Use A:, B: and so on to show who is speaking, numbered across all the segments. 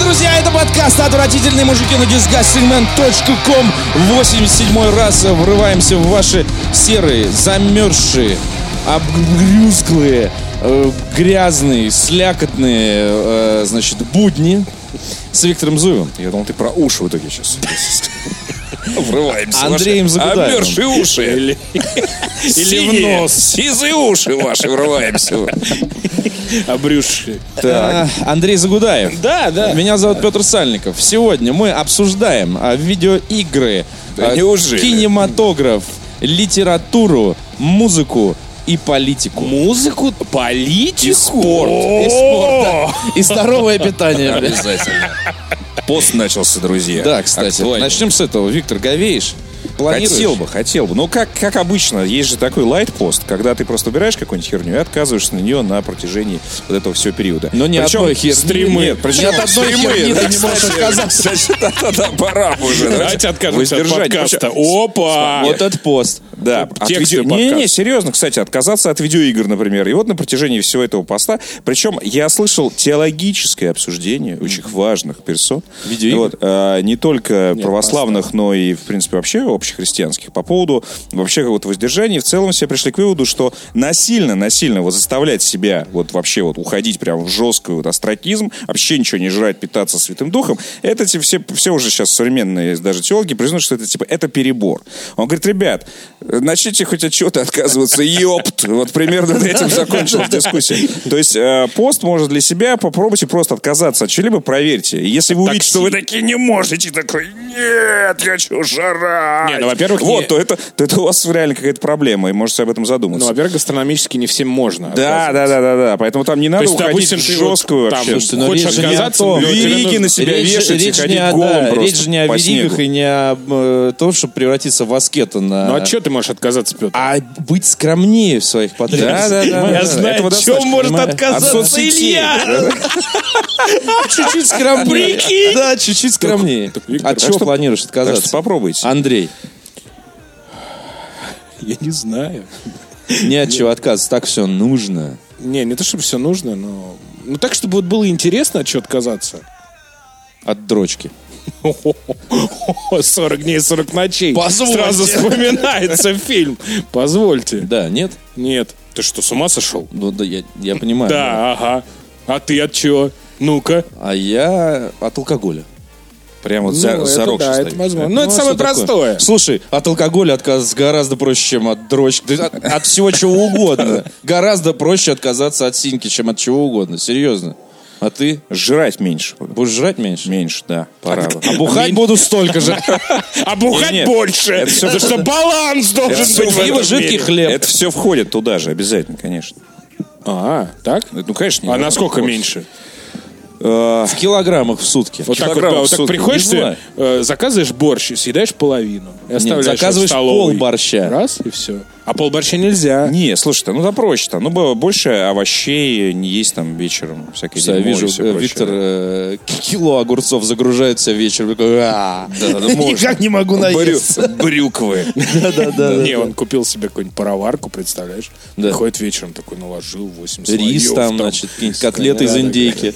A: друзья, это подкаст «Отвратительные мужики» на disgustingman.com. 87 раз врываемся в ваши серые, замерзшие, обгрюзглые, э, грязные, слякотные, э, значит, будни с Виктором Зуевым.
B: Я думал, ты про уши в итоге сейчас. Врываемся.
A: Андреем
B: ваши
A: Загудаевым.
B: Обмерзшие уши. Или,
A: Синие.
B: в нос. Сизые уши ваши врываемся.
C: обрюзшие.
A: Э, Андрей Загудаев.
C: Да, да.
A: Меня зовут Петр Сальников. Сегодня мы обсуждаем а, видеоигры,
B: Да
A: а,
B: неужели?
A: кинематограф, литературу, музыку и политику.
C: Музыку, политику.
B: И спорт.
A: И спорт, да. И здоровое питание. блядь.
B: Обязательно. Пост начался, друзья.
A: Да, кстати.
B: Актуально.
A: Начнем с этого. Виктор, говеешь? Планируешь?
B: Хотел бы, хотел бы. Но как, как обычно, есть же такой лайт-пост, когда ты просто убираешь какую-нибудь херню и отказываешься на нее на протяжении вот этого всего периода.
A: Но не
B: Причем
A: одной херни.
B: стримы.
A: Нет,
B: причем
A: ни от одной
B: стримы,
A: херни
B: да,
A: ты не можешь
B: кстати.
A: отказаться.
B: Кстати, да-да-да, пора бы уже.
C: Давайте откажемся от
B: Воздержание.
C: подкаста.
B: Причем-
C: Опа!
A: Вот этот пост.
B: Да,
C: От видео-
B: Не, не,
C: подкаст.
B: серьезно, кстати, отказаться от видеоигр, например. И вот на протяжении всего этого поста, причем я слышал теологическое обсуждение очень важных персон,
A: Видеоигр?
B: вот, а, не только православных, но и в принципе вообще общехристианских по поводу вообще какого-то воздержания. И В целом все пришли к выводу, что насильно, насильно вот заставлять себя вот вообще вот уходить прям в жесткий вот астракизм, вообще ничего не жрать, питаться святым духом. Это те все, все уже сейчас современные даже теологи признают, что это типа это перебор. Он говорит, ребят, э, начните хоть от чего-то отказываться, ёпт. Вот примерно на этим закончилась дискуссия. То есть э, пост может для себя попробуйте просто отказаться от чего-либо, проверьте. И Если вы увидите, что вы такие не можете, такой, нет, я хочу жара.
C: Не, ну, во-первых,
B: вот,
C: не-
B: то это, то это у вас реально какая-то проблема, и можете об этом
C: Ну,
B: задуматься.
C: во-первых, гастрономически не всем можно.
B: да, да, да, да, да. Поэтому там не надо
C: есть,
B: уходить
C: допустим,
B: в
C: ты вот
B: жесткую
C: там,
B: вообще.
C: слушайте,
A: Но
C: Хочешь
A: речь же не
C: отказаться,
A: о том.
C: но тебе
B: Вериги
C: нужно-
B: на себя
A: Речь же-
B: вешать и
A: речь не
B: ходить
A: о-
B: голым
A: да,
B: просто
A: Речь же не о
B: по
A: великах
B: снегу.
A: и не о э, том, чтобы превратиться в аскета на...
C: Ну, а что ты можешь отказаться, Петр?
A: а быть скромнее в своих потребностях.
B: Да, да, да, да, да. Этого
C: от
B: достаточно,
A: понимаю.
B: От соцсетей.
A: Чуть-чуть скромнее. Да, чуть-чуть скромнее.
B: Виктор,
A: От
B: так
A: чего
B: что-
A: планируешь
B: Так что
A: отказаться?
B: попробуйте.
A: Андрей,
C: Я не знаю.
A: не от чего отказываться, так все нужно.
C: Не, не то, чтобы все нужно, но... Ну, так, чтобы вот было интересно, от чего отказаться.
A: От дрочки.
C: 40 дней, 40 ночей.
A: Позвольте.
C: Сразу вспоминается фильм. Позвольте.
A: Да, нет?
C: Нет. Ты что, с ума сошел?
A: Ну, да, я, я понимаю.
C: Да, ага. А ты от чего? Ну-ка.
A: А я от алкоголя.
B: Прям вот
C: Ну,
B: за,
C: это
B: за рог
C: да,
B: сейчас
C: это
B: стоит.
C: возможно. Ну, это
A: а
C: самое
A: что такое?
C: простое.
A: Слушай, от алкоголя отказаться гораздо проще, чем от дрочки. То есть От, от всего чего угодно. Гораздо проще отказаться от синьки, чем от чего угодно. Серьезно. А ты
B: Жрать меньше.
A: будешь жрать меньше?
B: Меньше, да. Пора бы.
A: А бухать буду столько же.
C: А бухать
B: Нет,
C: больше.
B: это всё-
C: Потому что баланс должен
B: всё
C: быть в
A: Пиво,
C: этом
A: жидкий
C: мире.
A: хлеб.
B: Это все входит туда же, обязательно, конечно.
C: А, так?
B: Ну, конечно.
C: А
B: не
C: насколько
B: вопрос.
C: меньше?
A: В килограммах в сутки.
C: А. Вот так, вот,
B: Килограмм
C: да,
B: в
C: вот так
B: сутки,
C: приходишь,
B: не
C: ты,
B: знаю.
C: э, заказываешь борщ и съедаешь половину. И оставляешь его в
A: заказываешь
C: столовой.
A: полборща.
C: Раз, и все. А полборща нельзя.
B: Не, слушай, ну да проще там. Ну, бо- больше овощей не есть там вечером. Всякие
A: Я
B: дерьмо и
A: вижу,
B: всё
A: э,
B: прочее.
A: Виктор э, к- кило огурцов загружает себя вечером. Такой, «А,
B: Никак
A: не могу
B: Брю- Брюквы.
C: не, он купил себе какую-нибудь пароварку, представляешь?
A: Да.
C: Приходит вечером, такой наложил 8
A: Рис
C: слоев,
A: там, значит, какие-нибудь котлеты из
C: да, да,
A: индейки.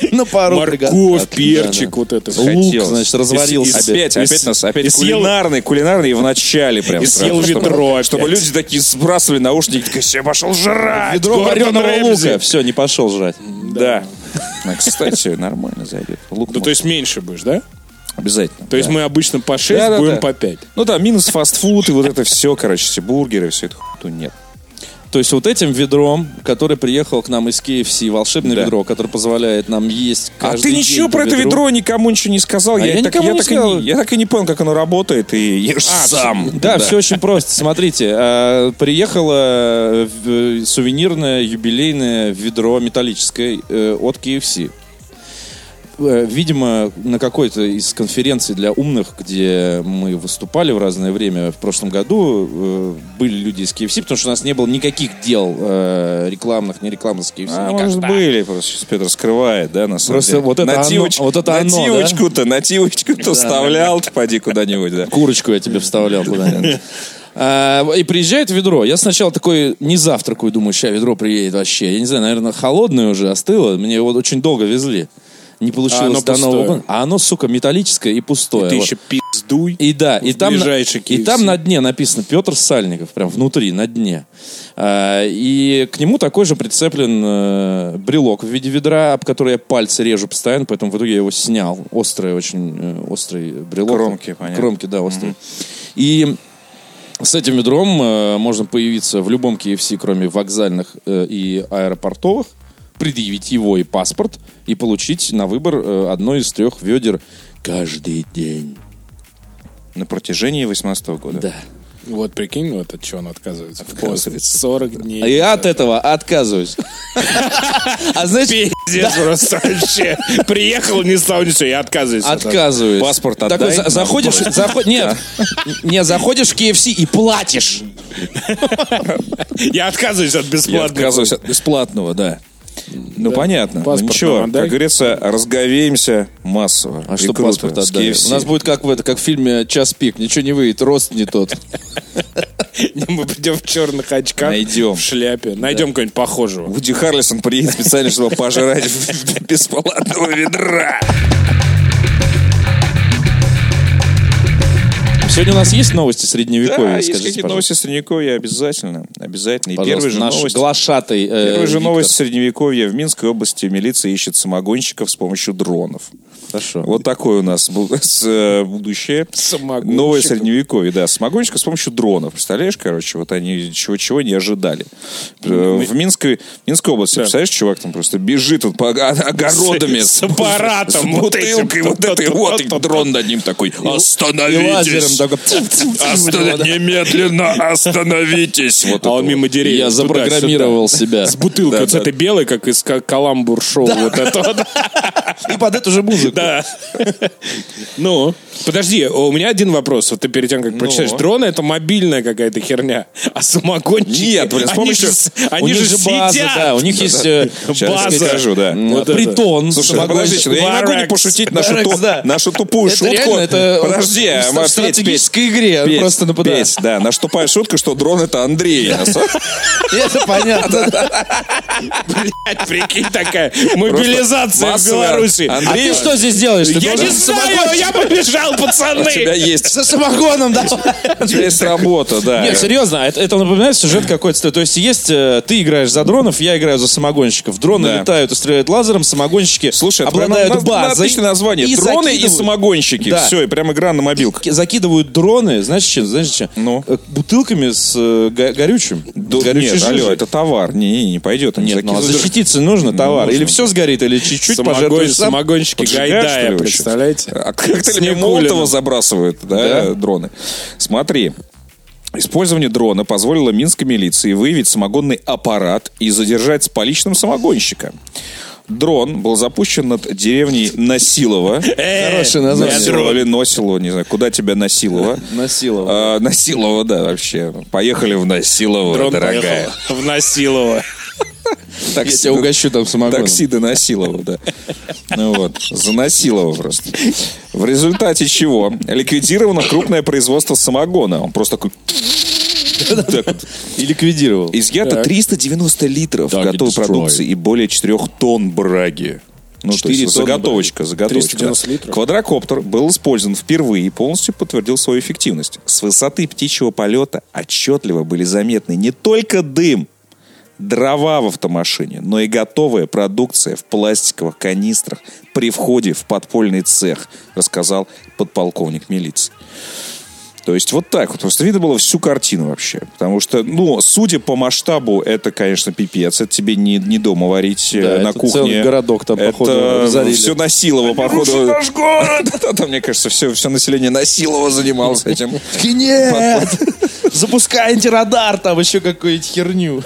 A: На пару
C: морковь,
A: приготовить.
C: перчик, вот это.
A: Лук,
B: Хотелось.
A: значит, разварился.
B: И- и опять,
C: И
B: опять
C: с-
B: нас,
C: и
B: опять
C: съел-
B: кулинарный, кулинарный и в начале прям
C: И
B: сразу,
C: съел
B: чтобы-
C: ведро опять.
B: Чтобы люди такие сбрасывали наушники, такие, все, пошел жрать.
A: Ведро
C: Гordon
A: вареного
C: Ramsay.
A: лука. Все, не пошел жрать.
B: Да. А, Кстати, нормально зайдет. Лук
C: Ну, то есть меньше будешь, да?
B: обязательно.
C: То есть мы обычно по 6,
B: Да, да,
C: будем
B: да.
C: по 5.
B: Ну да, минус фастфуд и вот это все, короче, все бургеры, все это хуйню нет.
A: То есть вот этим ведром, который приехал к нам из KFC, волшебное
B: Да.
A: ведро, которое позволяет нам есть
B: А
A: каждый
B: ты
A: день
B: ничего
A: по
B: про это
A: ведру.
B: ведро никому ничего не сказал. А,
A: я
B: так,
A: никому не
B: так и
A: сказал.
B: А я так и не понял, как оно работает, и ешь сам.
A: Да, все очень просто. Смотрите, э, приехало э, сувенирное юбилейное ведро металлическое э, от KFC. Э, Видимо, на какой-то из конференций для умных, где мы выступали в разное время в прошлом году, э, были люди из KFC, потому что у нас не было никаких дел э, рекламных, не рекламных с KFC.
B: А,
A: никак.
B: может, были, просто сейчас Петр скрывает, да, на самом
A: Просто
B: деле.
A: вот это оно,
B: Нативоч-
A: вот это оно, да?
B: нативочку-то, нативочку-то вставлял, ты поди куда-нибудь, да.
A: Курочку я тебе вставлял куда-нибудь. А, И приезжает ведро. Я сначала такой не завтракаю, думаю, ща ведро приедет вообще. Я не знаю, наверное, холодное уже остыло. Мне его очень долго везли. не
C: А
A: получилось
C: оно
A: до Нового
C: пустое.
A: года. А оно, сука, металлическое и пустое.
C: Ты
A: Вот.
C: еще пиздуй.
A: И да, и
C: в
A: там, на-
C: ближайший
A: и
C: KFC.
A: там на дне написано Петр Сальников, прям внутри, на дне. А, и к нему такой же прицеплен э, брелок в виде ведра, об который я пальцы режу постоянно, поэтому в итоге я его снял. Острый очень, э, острый брелок.
B: Кромки, понятно.
A: Кромки, да, острые. И с этим ведром э, можно появиться в любом KFC, кроме вокзальных э, и аэропортовых, предъявить его и паспорт, и получить на выбор э, одно из трех ведер каждый день.
B: На протяжении 18 года.
C: Вот прикинь, вот от чего он отказывается.
B: Отказывается. А
C: После 40 дней.
A: И от этого отказываюсь. А знаешь,
C: Пиздец просто вообще. Приехал, не стал ничего, я отказываюсь. от этого.
A: отказываюсь.
B: Паспорт
A: Такой
B: отдай.
A: за- заходишь, заход- нет, не заходишь в KFC и платишь.
C: Я отказываюсь от
B: Я
C: бесплатного.
B: отказываюсь от бесплатного, да. Ну, понятно. Ну,
C: паспорт
B: ничего,
C: нам отдай.
B: как говорится, разговеемся массово.
A: А
B: И
A: что
B: круто.
A: паспорт
B: С
A: отдали?
B: KFC.
A: У нас будет как в это, как в фильме "Час пик", ничего не выйдет, рост не тот.
C: Мы придем в черных очках.
B: Найдем.
C: В шляпе. Найдем кого-нибудь похожего.
B: Вуди Харлисон приедет специально, чтобы пожрать бесплатного ведра.
A: Сегодня у нас есть новости средневековья.
B: Да, есть
A: скажите,
B: какие-то
A: пожалуйста?
B: А, новости средневековья, обязательно. Обязательно. И
A: Пожалуйста,
B: первый же
A: наш
B: новость.
A: глашатый. э,
B: Первая же
A: Виктор.
B: новость средневековья. В Минской области милиция ищет самогонщиков с помощью дронов.
A: Хорошо.
B: Вот такое у нас бу- с, э, будущее.
C: Самогонщиков.
B: Новое средневековье, да. Самогонщиков с помощью дронов. Представляешь, короче, вот они чего-чего не ожидали. Э, В Минской, Минской области, представляешь, чувак там просто бежит он по ога- огородами.
C: С- с аппаратом
B: С
C: вот этим.
B: бутылкой вот этой вот. И дрон над ним такой.
A: И лазером
B: Остановитесь!
A: такой- типа,
B: Оста- Немедленно остановитесь! Вот
C: А он
B: это
C: мимо деревьев.
A: Я
C: туда-сюда.
A: запрограммировал себя.
C: С бутылкой,
B: Да,
C: вот с
B: да.
C: этой белой, как из ка- каламбур-шоу. Вот это вот.
A: И под эту же музыку.
C: Да. Ну, подожди, у меня один вопрос. Вот ты перед тем, как прочитаешь. Дроны — это мобильная какая-то херня. А самогончики...
B: Нет, блин, с
C: они
B: помощью-
C: же с-
A: у
C: Они
A: них
C: же
A: же база,
C: сидят.
A: да, у них есть э,
B: Сейчас
C: база.
B: расскажу, да.
A: м,
C: Вот это.
A: притон.
B: Слушай, ну
A: самогонщик.
B: подождите, ну я не могу не
C: Варакс.
B: пошутить нашу,
A: Варакс,
B: ту-
A: да.
B: нашу тупую
A: Это
B: шутку.
A: реально, это
B: Подожди,
A: в
B: а,
A: ста-
B: Петь,
A: в стратегической игре
B: Петь,
A: просто нападает.
B: Петь, да, наша тупая шутка, что дрон это Андрей. а на самом-
A: Это понятно.
C: Блядь, прикинь такая мобилизация в
B: массовая.
C: Беларуси.
A: А
B: Андрей,
A: ты что здесь делаешь? Ты
C: Я
A: должен
C: не
A: с
C: знаю,
A: самогон-
C: я побежал,
B: у тебя
C: пацаны.
B: есть,
A: Со самогоном, да?
B: у тебя есть работа, да.
A: Нет, серьезно, это, это напоминает сюжет какой-то. То есть есть, э, ты играешь за дронов, я играю за самогонщиков. Дроны
B: Да.
A: летают и стреляют лазером, самогонщики
B: Слушай, это прям
A: обладают
B: на- на- на
A: базой.
B: отличное название.
A: и
B: Дроны и
A: закидывают-
B: самогонщики.
A: Да.
B: Все, и прям игра на мобилках.
A: Ки- Закидывают дроны, знаешь чем? Знаешь чем?
B: Ну?
A: Э, Бутылками с э, го- горючим. С горючей
B: Нет,
A: жижей.
B: алло, это товар. Не, не, не пойдет. Они
A: Нет, ну, а
B: закидывают-
A: защититься нужно товар.
B: нужно.
A: Или все сгорит, или чуть-чуть
C: Самогон-
A: пожертвуешь сам.
C: Самогонщики
B: Поджигаешь, что ли,
C: Гайдая,
B: вообще?
C: представляете?
B: А коктейлями
C: С
B: Молотова
C: Никулиным.
B: забрасывают, да, дроны. Смотри. Использование дрона позволило минской милиции выявить самогонный аппарат и задержать с поличным самогонщика. Дрон был запущен над деревней Насилово.
A: Хорошее название.
B: Насилово или Э, Носилово, не знаю, куда тебя Насилово.
A: Насилово.
B: А, Насилово, да, вообще. Поехали в Насилово,
C: Дрон
B: дорогая.
C: поехал в Насилово.
A: Я тебя угощу там самогоном.
B: Такси до Насилова, да. Ну вот, за Насилова просто. В результате чего ликвидировано крупное производство самогона. Он просто такой... так вот.
A: И ликвидировал.
B: Изъято
C: Так.
B: 390 литров
C: Так, и
B: готовой
C: destroy.
B: продукции и более 4 тонн браги. Ну, то
A: Четыре
B: есть
A: тонны
B: заготовочка, заготовочка.
C: 390
B: да.
C: литров.
B: Квадрокоптер был использован впервые и полностью подтвердил свою эффективность. С высоты птичьего полета отчетливо были заметны не только дым, дрова в автомашине, но и готовая продукция в пластиковых канистрах при входе в подпольный цех, рассказал подполковник милиции. То есть вот так вот. Просто видно было всю картину вообще. Потому что, ну, судя по масштабу, это, конечно, пипец. Это тебе не, не дома варить э,
A: Да,
B: на
A: это
B: кухне.
A: целый городок там, походу,
B: это
A: разорили.
B: все Насилово, походу. наш город! Там, мне кажется, все, все население Насилово занималось этим.
A: Нет! Запускай антирадар, там еще какую-нибудь херню.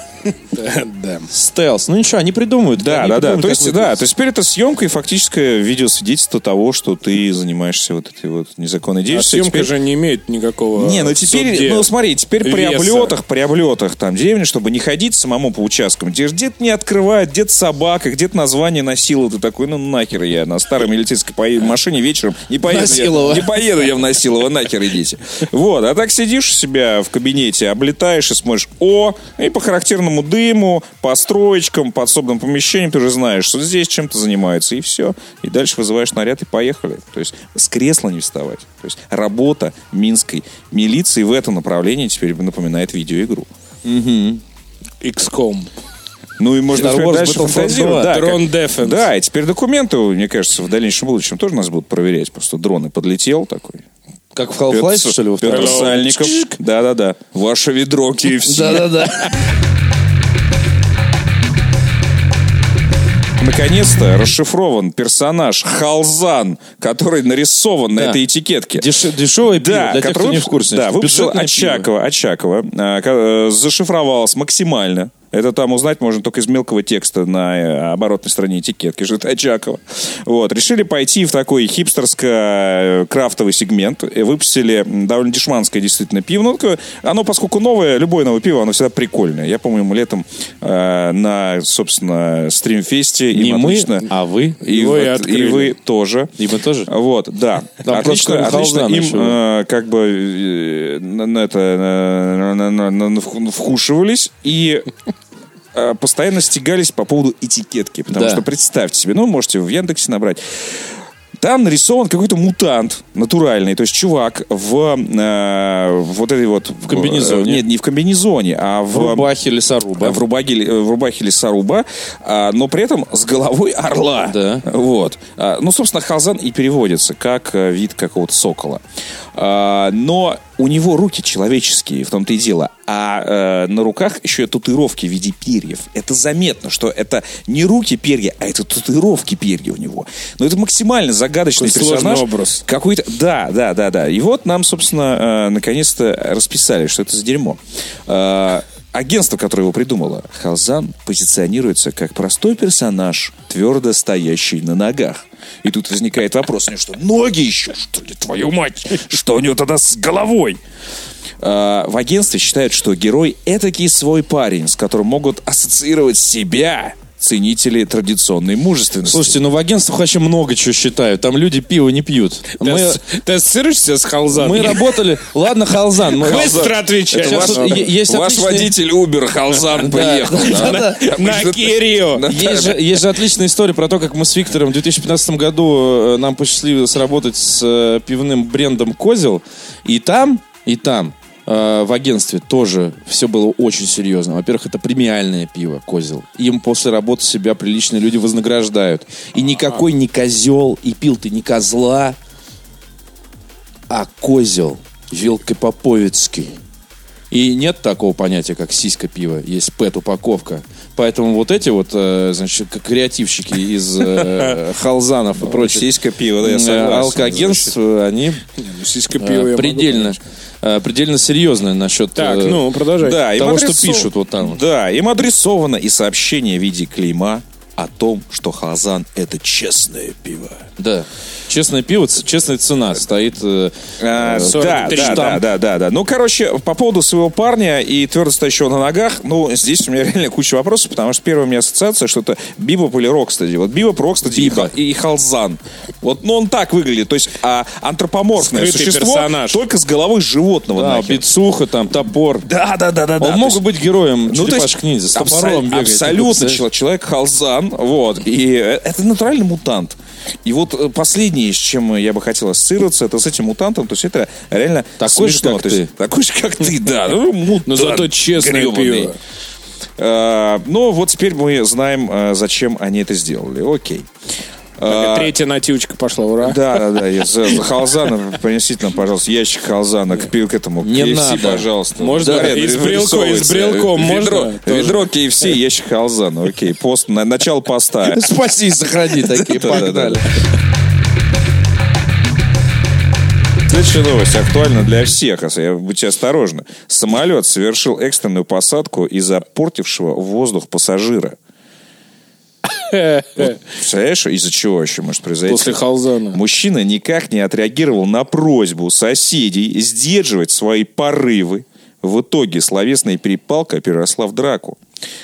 C: Да.
A: Стелс. Ну ничего, они придумают.
B: Да,
A: они
B: да, да.
A: придумают,
B: То
A: как
B: есть,
A: выглядит.
B: да, то есть теперь это съемка и фактическое видеосвидетельство того, что ты занимаешься вот этой вот незаконной
C: А
B: деятельностью.
C: съемка
B: Теперь-
C: же не имеет никакого
B: Не, ну
C: в
B: теперь,
C: суде
B: ну смотри, теперь при
C: веса.
B: облетах, при облетах там деревни, чтобы не ходить самому по участкам, где ж- где-то не открывают, где-то собака, где-то название насилу, ты такой, ну нахер я на старой милицейской по- машине вечером не поеду,
A: Насилово.
B: я, не поеду я в Насилово, нахер идите. Вот, а так сидишь у себя в кабинете, облетаешь и смотришь, о, и по характерному черному дыму, по строечкам, подсобным помещениям, ты уже знаешь, что здесь чем-то занимаются, и все. И дальше вызываешь наряд и поехали. То есть с кресла не вставать. То есть работа минской милиции в этом направлении теперь напоминает видеоигру.
C: XCOM.
B: Ну и можно
A: Star
B: теперь
A: Wars
B: дальше
A: Battlefront 2.
B: фантазировать. Да,
C: Drone
B: как-
C: Defense.
B: Да, и теперь документы, мне кажется, в дальнейшем будущем тоже нас будут проверять. Просто дрон и подлетел такой.
A: Как в Half-Life,
B: Петр-
A: что ли, во
B: Петр
A: втором?
B: Сальников. Да-да-да. Ваше ведро KFC.
A: Да-да-да.
B: Наконец-то расшифрован персонаж Халзан, который нарисован на
A: Да.
B: этой этикетке.
A: Деш- Дешевое пиво, для
B: Да,
A: тех, кто
B: который
A: не
B: выпу-
A: в курсе.
B: Да, выпустил
A: Бюджетное пиво.
B: Очакова, Очакова. а, ко- э, Зашифровалось максимально. Это там узнать можно только из мелкого текста на э, оборотной стороне этикетки, что это Очакова. Вот. Решили пойти в такой хипстерско-крафтовый сегмент. И выпустили м, довольно дешманское действительно пиво. Ну, такое- оно, поскольку новое, любое новое пиво, оно всегда прикольное. Я помню, мы летом э, на, собственно, стримфесте... им
A: Не мы,
B: отлично-
A: а вы.
B: и,
C: Его и
B: вот-
C: открыли.
B: и вы А тоже.
A: И мы тоже?
B: Вот, да.
A: Там
B: отлично,
A: просто
B: отлично
A: Халзан
B: им
A: еще.
B: э, как бы э, на, на это на- на- на- на- на- вх- вхушивались и э, постоянно стягались по поводу этикетки. Потому
A: Да.
B: что представьте себе, ну, можете в Яндексе набрать. Там нарисован какой-то мутант натуральный, то есть чувак в э, вот этой вот... В
A: комбинезоне.
B: Нет, не в комбинезоне, а
A: В рубахе лесоруба.
B: в, рубаге, ли- э, в рубахе лесоруба, а, но при этом с головой орла.
A: Да.
B: Вот. А, Ну, собственно, халзан и переводится как э, вид какого-то сокола. А, Но у него руки человеческие, в том-то и дело. А э, на руках еще и татуировки в виде перьев. Это заметно, что это не руки перья, а это татуировки перья у него. Но это максимально загадочный
C: Какой сложный
B: персонаж.
C: образ.
B: Какой-то... Да, да, да, да. И вот нам, собственно, э, наконец-то расписали, что это за дерьмо. Э, Агентство, которое его придумало, Халзан, позиционируется как простой персонаж, твердо стоящий на ногах. И тут возникает вопрос, у него что, ноги еще, что ли, твою мать? Что у него тогда с головой? Э, В агентстве считают, что герой этакий свой парень, с которым могут ассоциировать себя ценители традиционной мужественности.
A: Слушайте, ну в агентствах вообще много чего считают. Там люди пиво не пьют.
C: Ты
A: Мы,
C: ас- Ты ассоциируешься с Халзаном?
A: мы работали... Ладно, Халзан. мы-
C: Быстро отвечай.
A: Это
C: Сейчас
A: ваш-
C: вот
A: е- есть
B: ваш
A: отличные-
B: водитель Uber Халзан поехал. да? А
C: На Кирио.
A: Есть же, есть же отличная история про то, как мы с Виктором в 2015 году э, нам посчастливилось работать с э, пивным брендом Козел. И там, и там э, в агентстве тоже все было очень серьезно. Во-первых, это премиальное пиво Козел. Им после работы себя приличные люди вознаграждают. И никакой не козел, и пил ты не козла, а козел велкопоповицкий. И нет такого понятия, как сиська пива, есть пэт-упаковка. Поэтому вот эти вот, э, значит, к- креативщики из э, халзанов и прочих
B: Ну, Сиська пиво, да, я
A: э,
B: согласен.
A: алкоагентств, э, они
C: Сиська
A: э,
C: пива ну я могу
A: предельно, э, предельно серьезные насчет
C: Так,
A: э,
C: ну, продолжай.
B: Да, им
A: того, что
B: адресов-
A: пишут вот там. вот.
B: Да, им адресовано и сообщение в виде клейма о том, что Халзан это честное пиво.
A: Да. Честное пиво, ц- честная цена стоит. э,
B: А,
A: э,
B: да,
A: 43
B: да,
A: штамп.
B: да, да, да, да. Ну, короче, по поводу своего парня и твердо стоящего на ногах, ну, здесь у меня реально куча вопросов, потому что первая у меня ассоциация, что это Бибоп или Рокстеди. Вот Бибоп, Рокстеди и Ха- и Халзан. Вот, ну, он так выглядит. То есть а, антропоморфное
C: Скрытый
B: существо,
C: персонаж.
B: только с головой животного.
A: Да,
B: нахер.
A: бицуха, там, топор.
B: да, да, да, да. да.
A: Он
B: То
A: мог
B: есть-
A: бы быть героем
B: Ну, то есть
A: черепашек ниндзя, с
B: абсо-
A: топором бегает.
B: абсолютно чело- человек халзан, вот, и э, это натуральный мутант. И вот э, последнее, с чем я бы хотел ассоциироваться, это с этим мутантом, то есть это реально
A: Такой же,
B: смешно,
A: как
B: то есть Такой же, как ты, да. Ну, мутант
C: Но зато честное
B: грёбаный.
C: пиво.
B: А, Ну, вот теперь мы знаем, а, зачем они это сделали. Окей.
C: Такая Третья нативочка пошла, ура.
B: Да, да, да. я За, за халзана принесите нам, пожалуйста, ящик халзана к, пи- к этому
A: Не
B: KFC,
A: надо.
B: пожалуйста.
C: Можно? И с брелком,
B: вырисовывается.
C: и с брелком
B: Ведро-
C: можно?
B: Ведро KFC, ящик халзана. Окей, пост, на- начало поста.
A: Спаси, сохрани такие,
B: Да, да, да.
A: погнали.
B: Следующая новость актуальна для всех. а я- Будьте осторожны. Самолет совершил экстренную посадку из-за портившего воздух пассажира. Вот, представляешь, из-за чего еще может произойти?
C: После Халзана.
B: Мужчина никак не отреагировал на просьбу соседей сдерживать свои порывы. В итоге словесная перепалка переросла в драку.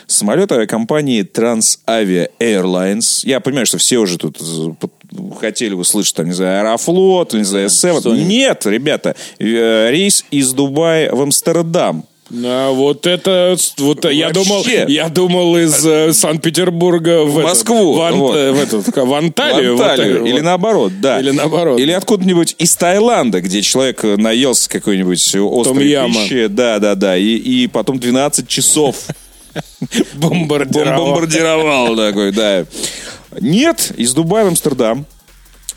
B: Самолет авиакомпании Transavia Airlines. Я понимаю, что все уже тут э, под- хотели услышать, там, не знаю, Аэрофлот, не знаю, Севен.
A: что-нибудь.
B: Нет, ребята, э, рейс из Дубая в Амстердам.
C: А вот это, с- вот я думал, я думал из э, Санкт-Петербурга в, этот,
B: Москву,
C: в, Ан-
B: вот.
C: э, в этот, в Анталию,
B: В
C: вот
B: Анталию.
C: так,
B: Или
C: вот.
B: наоборот, да.
C: Или наоборот.
B: Или откуда-нибудь из Таиланда, где человек э, наелся какой-нибудь э, острой
C: Том-яма.
B: пищи. Да, да, да. И, и потом 12 часов
C: бомбардировал.
B: бомбардировал такой, да. Нет, из Дубая в Амстердам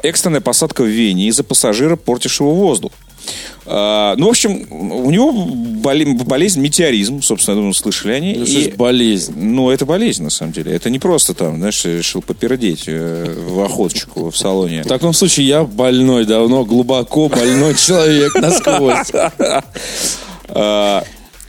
B: экстренная посадка в Вене из-за пассажира, портившего воздух. А, ну, в общем, у него боле- болезнь метеоризм, собственно, я думаю, слышали они.
A: Ну,
B: И-
A: что ж, болезнь.
B: ну, это болезнь, на самом деле. Это не просто там, знаешь, решил попердеть э, в охоточку в салоне.
A: В таком случае я больной давно, глубоко больной человек насквозь.
B: А,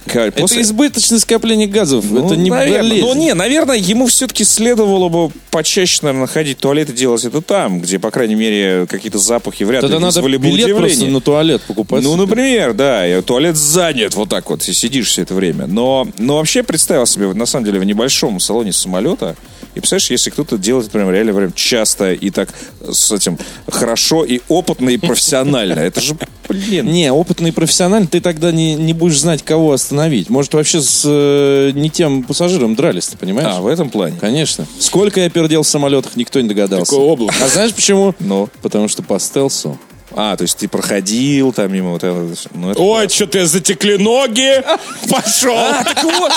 B: ка-
A: Это
B: после-
A: избыточное скопление газов.
B: Ну,
A: Это не
B: наверное.
A: болезнь.
B: Ну, не, наверное, ему все-таки следовало бы почаще, наверное, ходить в туалет и делать это там, где, по крайней мере, какие-то запахи вряд ли
A: Тогда надо
B: вызвали бы
A: билет просто
B: удивление.
A: на туалет покупать.
B: Ну,
A: себе.
B: например, да, и туалет занят вот так вот, и сидишь все это время. Но, но вообще представил себе, вот на самом деле, в небольшом салоне самолета, и представляешь, если кто-то делает прям реально прям часто и так с этим хорошо и опытно и профессионально, это же, блин,
A: Не, опытный профессиональный, ты тогда не, не будешь знать, кого остановить. Может, вообще с э, не тем пассажиром дрались, ты понимаешь?
B: а, в этом плане.
A: Конечно. Сколько я пердел в самолетах, никто не догадался.
C: Такое облако.
A: А знаешь почему?
B: Ну,
A: Потому что по стелсу.
B: а, то есть ты проходил там мимо вот этого, ну, это
C: Ой, что-то затекли ноги, пошел. так вот,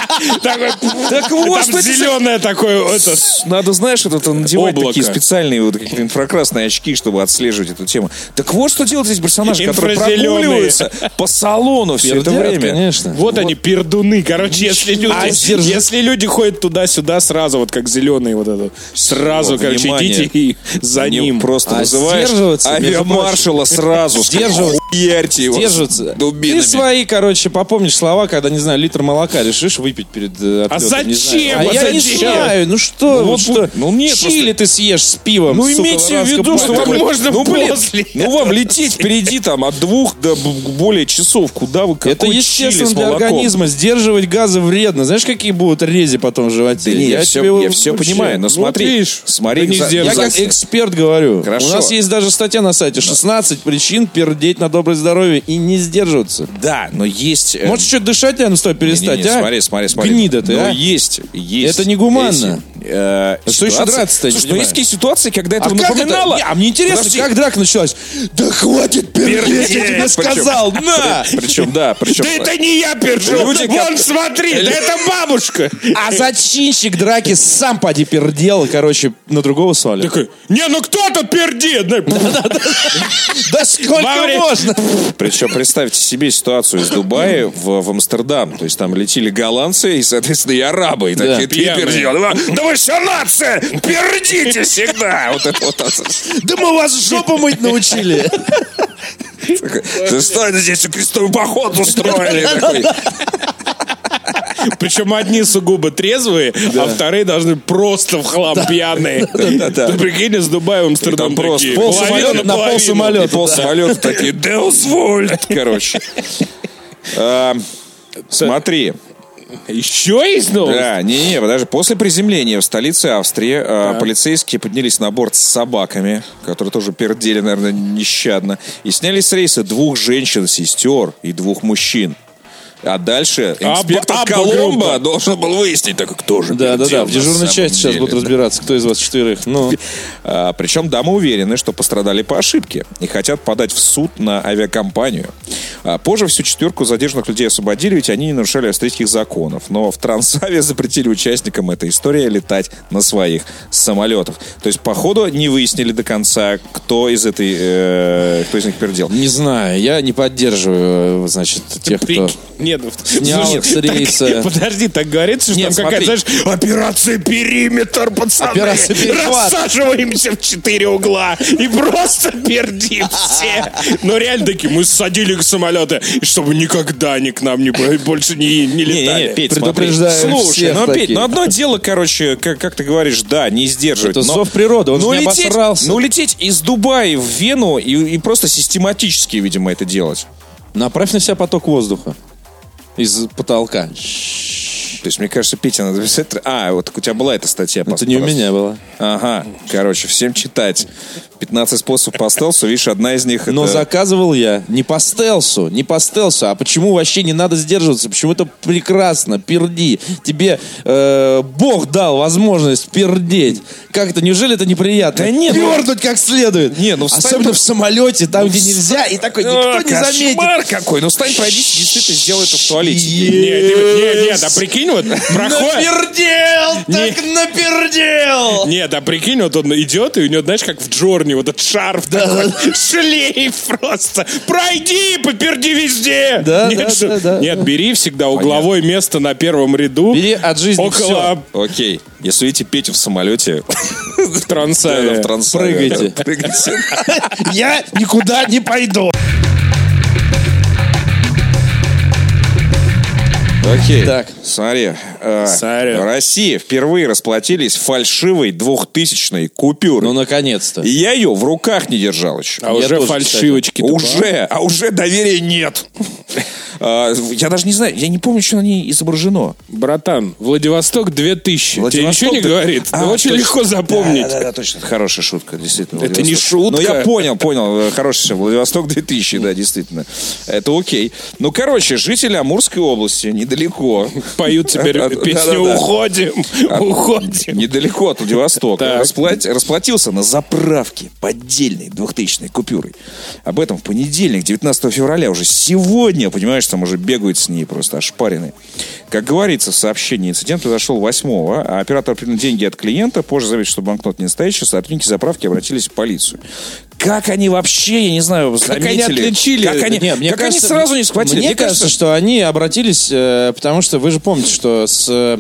B: Так вот, что
C: там
B: это за-
C: зеленое такое, это,
B: Надо, знаешь, это, это надевать
C: Облако.
B: такие специальные вот какие-то инфракрасные очки, чтобы отслеживать эту тему. Так вот, что делают здесь персонажи, которые
C: Инфразеленые.
B: прогуливаются по салону все это
A: Пердят,
B: время.
A: конечно.
C: Вот, они, пердуны. Короче, если люди,
A: А сдерж-
C: если люди ходят туда-сюда сразу, вот как зеленые вот это, сразу,
B: Вот,
C: короче,
B: внимание.
C: идите и за
B: Они
C: ним.
B: просто
A: А
B: вызываешь
A: сдерживаться, между
B: авиамаршала сразу.
A: Сдерживаться.
B: Хуярьте его.
A: Держатся.
B: Дубинами.
A: Ты свои, короче, попомнишь слова, когда, не знаю, литр молока решишь выпить перед э,
C: А
A: отлетом, не знаю.
C: зачем?
A: А
C: А
A: я не
C: зачем?
A: знаю. Ну что?
B: Ну
A: вот
B: вот
A: что?
B: ну нет,
A: Чили ты съешь с пивом.
B: Ну
A: сука,
B: имейте в
A: лавранском
B: виду, что
A: парке.
B: вам
C: пальто. Можно
B: ну, блин,
C: после.
B: ну вам лететь впереди там от двух до б- более часов. Куда вы какой
A: Это
B: чили
A: естественно
B: с
A: для
B: молоком?
A: организма. Сдерживать газы вредно. Знаешь, какие будут рези потом в животе?
B: Да не, я, все,
A: тебе
B: я все
A: вообще-
B: понимаю, но
A: Вот
B: смотри,
A: видишь,
B: смотри,
C: ты не
B: за-
A: Я
C: сдерживайся.
B: за-
A: как эксперт говорю.
B: Хорошо.
A: У нас есть даже статья на сайте 16 причин пердеть на доброе здоровье и не сдерживаться.
B: Да, но есть... э,
A: Может, что дышать рядом с тобой перестать,
B: Не-не-не,
A: а?
B: Смотри, смотри, смотри.
A: Гнида ты,
B: Но
A: а?
B: есть, есть.
A: Это негуманно.
B: Эти, э,
A: Что еще
B: ситуации-
A: драться-то, я не
B: Слушай, ну
A: понимаю.
B: есть такие ситуации, когда
A: А
B: это
A: как
B: напоминало.
A: это? Не, а мне интересно,
B: Подожди.
A: как драка началась. Да хватит пердеть, я тебе
B: Причем-
A: сказал, на!
B: Причем, да, причем...
C: Да это не я пержу.
B: Люди,
C: Вон,
B: как-
C: смотри, да это бабушка.
A: А зачинщик драки сам поди пердел, и, короче, на другого свалил.
C: Такой, не, ну кто тут пердит?
A: Да сколько
C: Во время-
A: можно?
B: Причем представьте себе ситуацию из Дубая в, в Амстердам. То есть там летели голландцы и, соответственно, и арабы. И такие, ты
C: пьяные.
B: пердел. Да, да вы все нация! Пердите всегда! Вот это вот.
A: Да мы вас жопу мыть научили.
B: Да Что это здесь крестовый поход устроили? Такой,
C: Причем одни сугубо трезвые, а вторые должны просто в хлам пьяные.
B: да, да.
C: Ты прикинь, из Дубая в Амстердам
B: Там просто
C: такие,
B: пол
C: половина
A: самолета на
C: половину.
A: пол самолета.
B: И пол самолета такие, Deus Vult, короче. А, Смотри,
C: Еще есть ну? новость?
B: да, не, не, даже после приземления в столице Австрии а, полицейские поднялись на борт с собаками, которые тоже пердели, наверное, нещадно, и сняли с рейса двух женщин, сестер и двух мужчин. А дальше
C: Аб-
B: инспектор
C: абба-группа.
B: Коломбо должен был выяснить, так кто же
A: Да, да,
B: пердел
A: да. В
B: на
A: дежурной
B: самом
A: части сейчас
B: деле,
A: будут
B: да.
A: разбираться, кто из вас четверых. Ну,
B: А, Причем дамы уверены, что пострадали по ошибке и хотят подать в суд на авиакомпанию. А Позже всю четверку задержанных людей освободили, ведь они не нарушали австрийских законов. Но в Трансаве запретили участникам этой истории летать на своих самолетах. То есть, походу, не выяснили до конца, кто из этой, э, кто из них пердел.
A: не знаю, я не поддерживаю, э, значит, тех, кто...
C: Прик- Нет, ну,
A: Снял
C: слушай,
A: их с рейса.
C: так, подожди, так говорится, что
B: Нет,
C: там какая-то,
B: смотри.
C: знаешь, операция периметр, пацаны.
A: Операция перехват.
C: Рассаживаемся в четыре угла и просто пердим все. Но реально таки мы садили их в самолеты, чтобы никогда они к нам не, бо- больше не, не летали.
B: Не-не-не, Петь,
A: Предупреждаю
B: смотри. Слушай,
A: всех
B: ну, Петь,
A: таких.
B: ну одно дело, короче, как, как ты говоришь, да, не сдерживать.
A: Это
B: но-
A: зов природы, он
B: но
A: же не
B: лететь,
A: обосрался.
B: но лететь из Дубая в Вену и, и просто систематически, видимо, это делать.
A: Направь на себя поток воздуха из потолка.
B: То есть, мне кажется, Петя надо писать... А, вот у тебя была эта статья.
A: Это не у меня было.
B: Ага, короче, всем читать. 15 способов по стелсу, видишь, одна из них...
A: Но
B: это-
A: заказывал я не по стелсу, не по стелсу. А почему вообще не надо сдерживаться? Почему это прекрасно? Перди. Тебе э, Бог дал возможность пердеть. Как это? Неужели это неприятно? Да
B: нет, ну-
A: Пердуть как следует.
B: Не, ну встань
A: Особенно
B: ты-
A: в самолете, там, где нельзя. И такой, никто
B: А,
A: не заметит.
B: Кошмар какой! Ну, встань, пройдись, действительно, сделай это в туалете.
C: Нет, нет, нет, да прикинь, вот проходит...
A: Напердел! Так напердел!
C: Нет, да прикинь, вот он идет, и у него, знаешь, как в Джорни, вот этот шарф такой, шлейф просто. Пройди, поперди везде!
A: Да,
C: нет,
A: да, да, да,
C: нет, бери всегда угловое место на первом ряду.
A: Бери от жизни всё.
C: Около
B: Окей, если видите Петю в самолете,
C: трансавия.
B: в трансаве,
A: Прыгайте.
B: да, прыгайте.
A: Я никуда не пойду.
B: Окей.
A: Так.
B: Смотри. э,
C: Смотри.
B: В России впервые расплатились фальшивой двухтысячной
A: Ну,
B: купюрой.
A: наконец-то.
B: И я ее в руках не держал еще.
C: А
A: Я
C: уже
A: тоже,
C: фальшивочки.
B: Уже, а уже доверия нет. А, Я даже не знаю, я не помню, что на ней изображено.
C: Братан, Владивосток 2000.
B: Владивосток
C: Тебе ничего не
B: ты-
C: говорит?
B: А,
C: Да очень
B: точно.
C: легко запомнить.
B: Да, да, да, точно. Это Хорошая шутка, действительно.
C: Это не
B: Владивосток.
C: шутка.
B: Но я понял, понял. Э, Хорошая шутка. Владивосток 2000, да, действительно. Это окей. Ну, короче, жители Амурской области, недалеко.
C: Поют теперь
B: Да-да-да.
C: песню «Уходим, уходим».
B: Недалеко от Владивостока.
C: Так.
B: Расплат- Расплатился на заправке поддельной 2000 купюрой. Об этом в понедельник, 19 февраля, уже сегодня, понимаешь, там уже бегают с ней просто ошпаренные. Как говорится в сообщении, инцидент произошел 8 а оператор принял деньги от клиента, позже заметил, что банкнот не настоящий, сотрудники заправки обратились в полицию. Как они вообще, я не знаю, заметили?
C: отличили?
B: Как они,
A: Не, мне
B: как
A: кажется,
B: они сразу не схватили?
A: Мне, кажется, что они обратились, э, потому что вы же помните, что с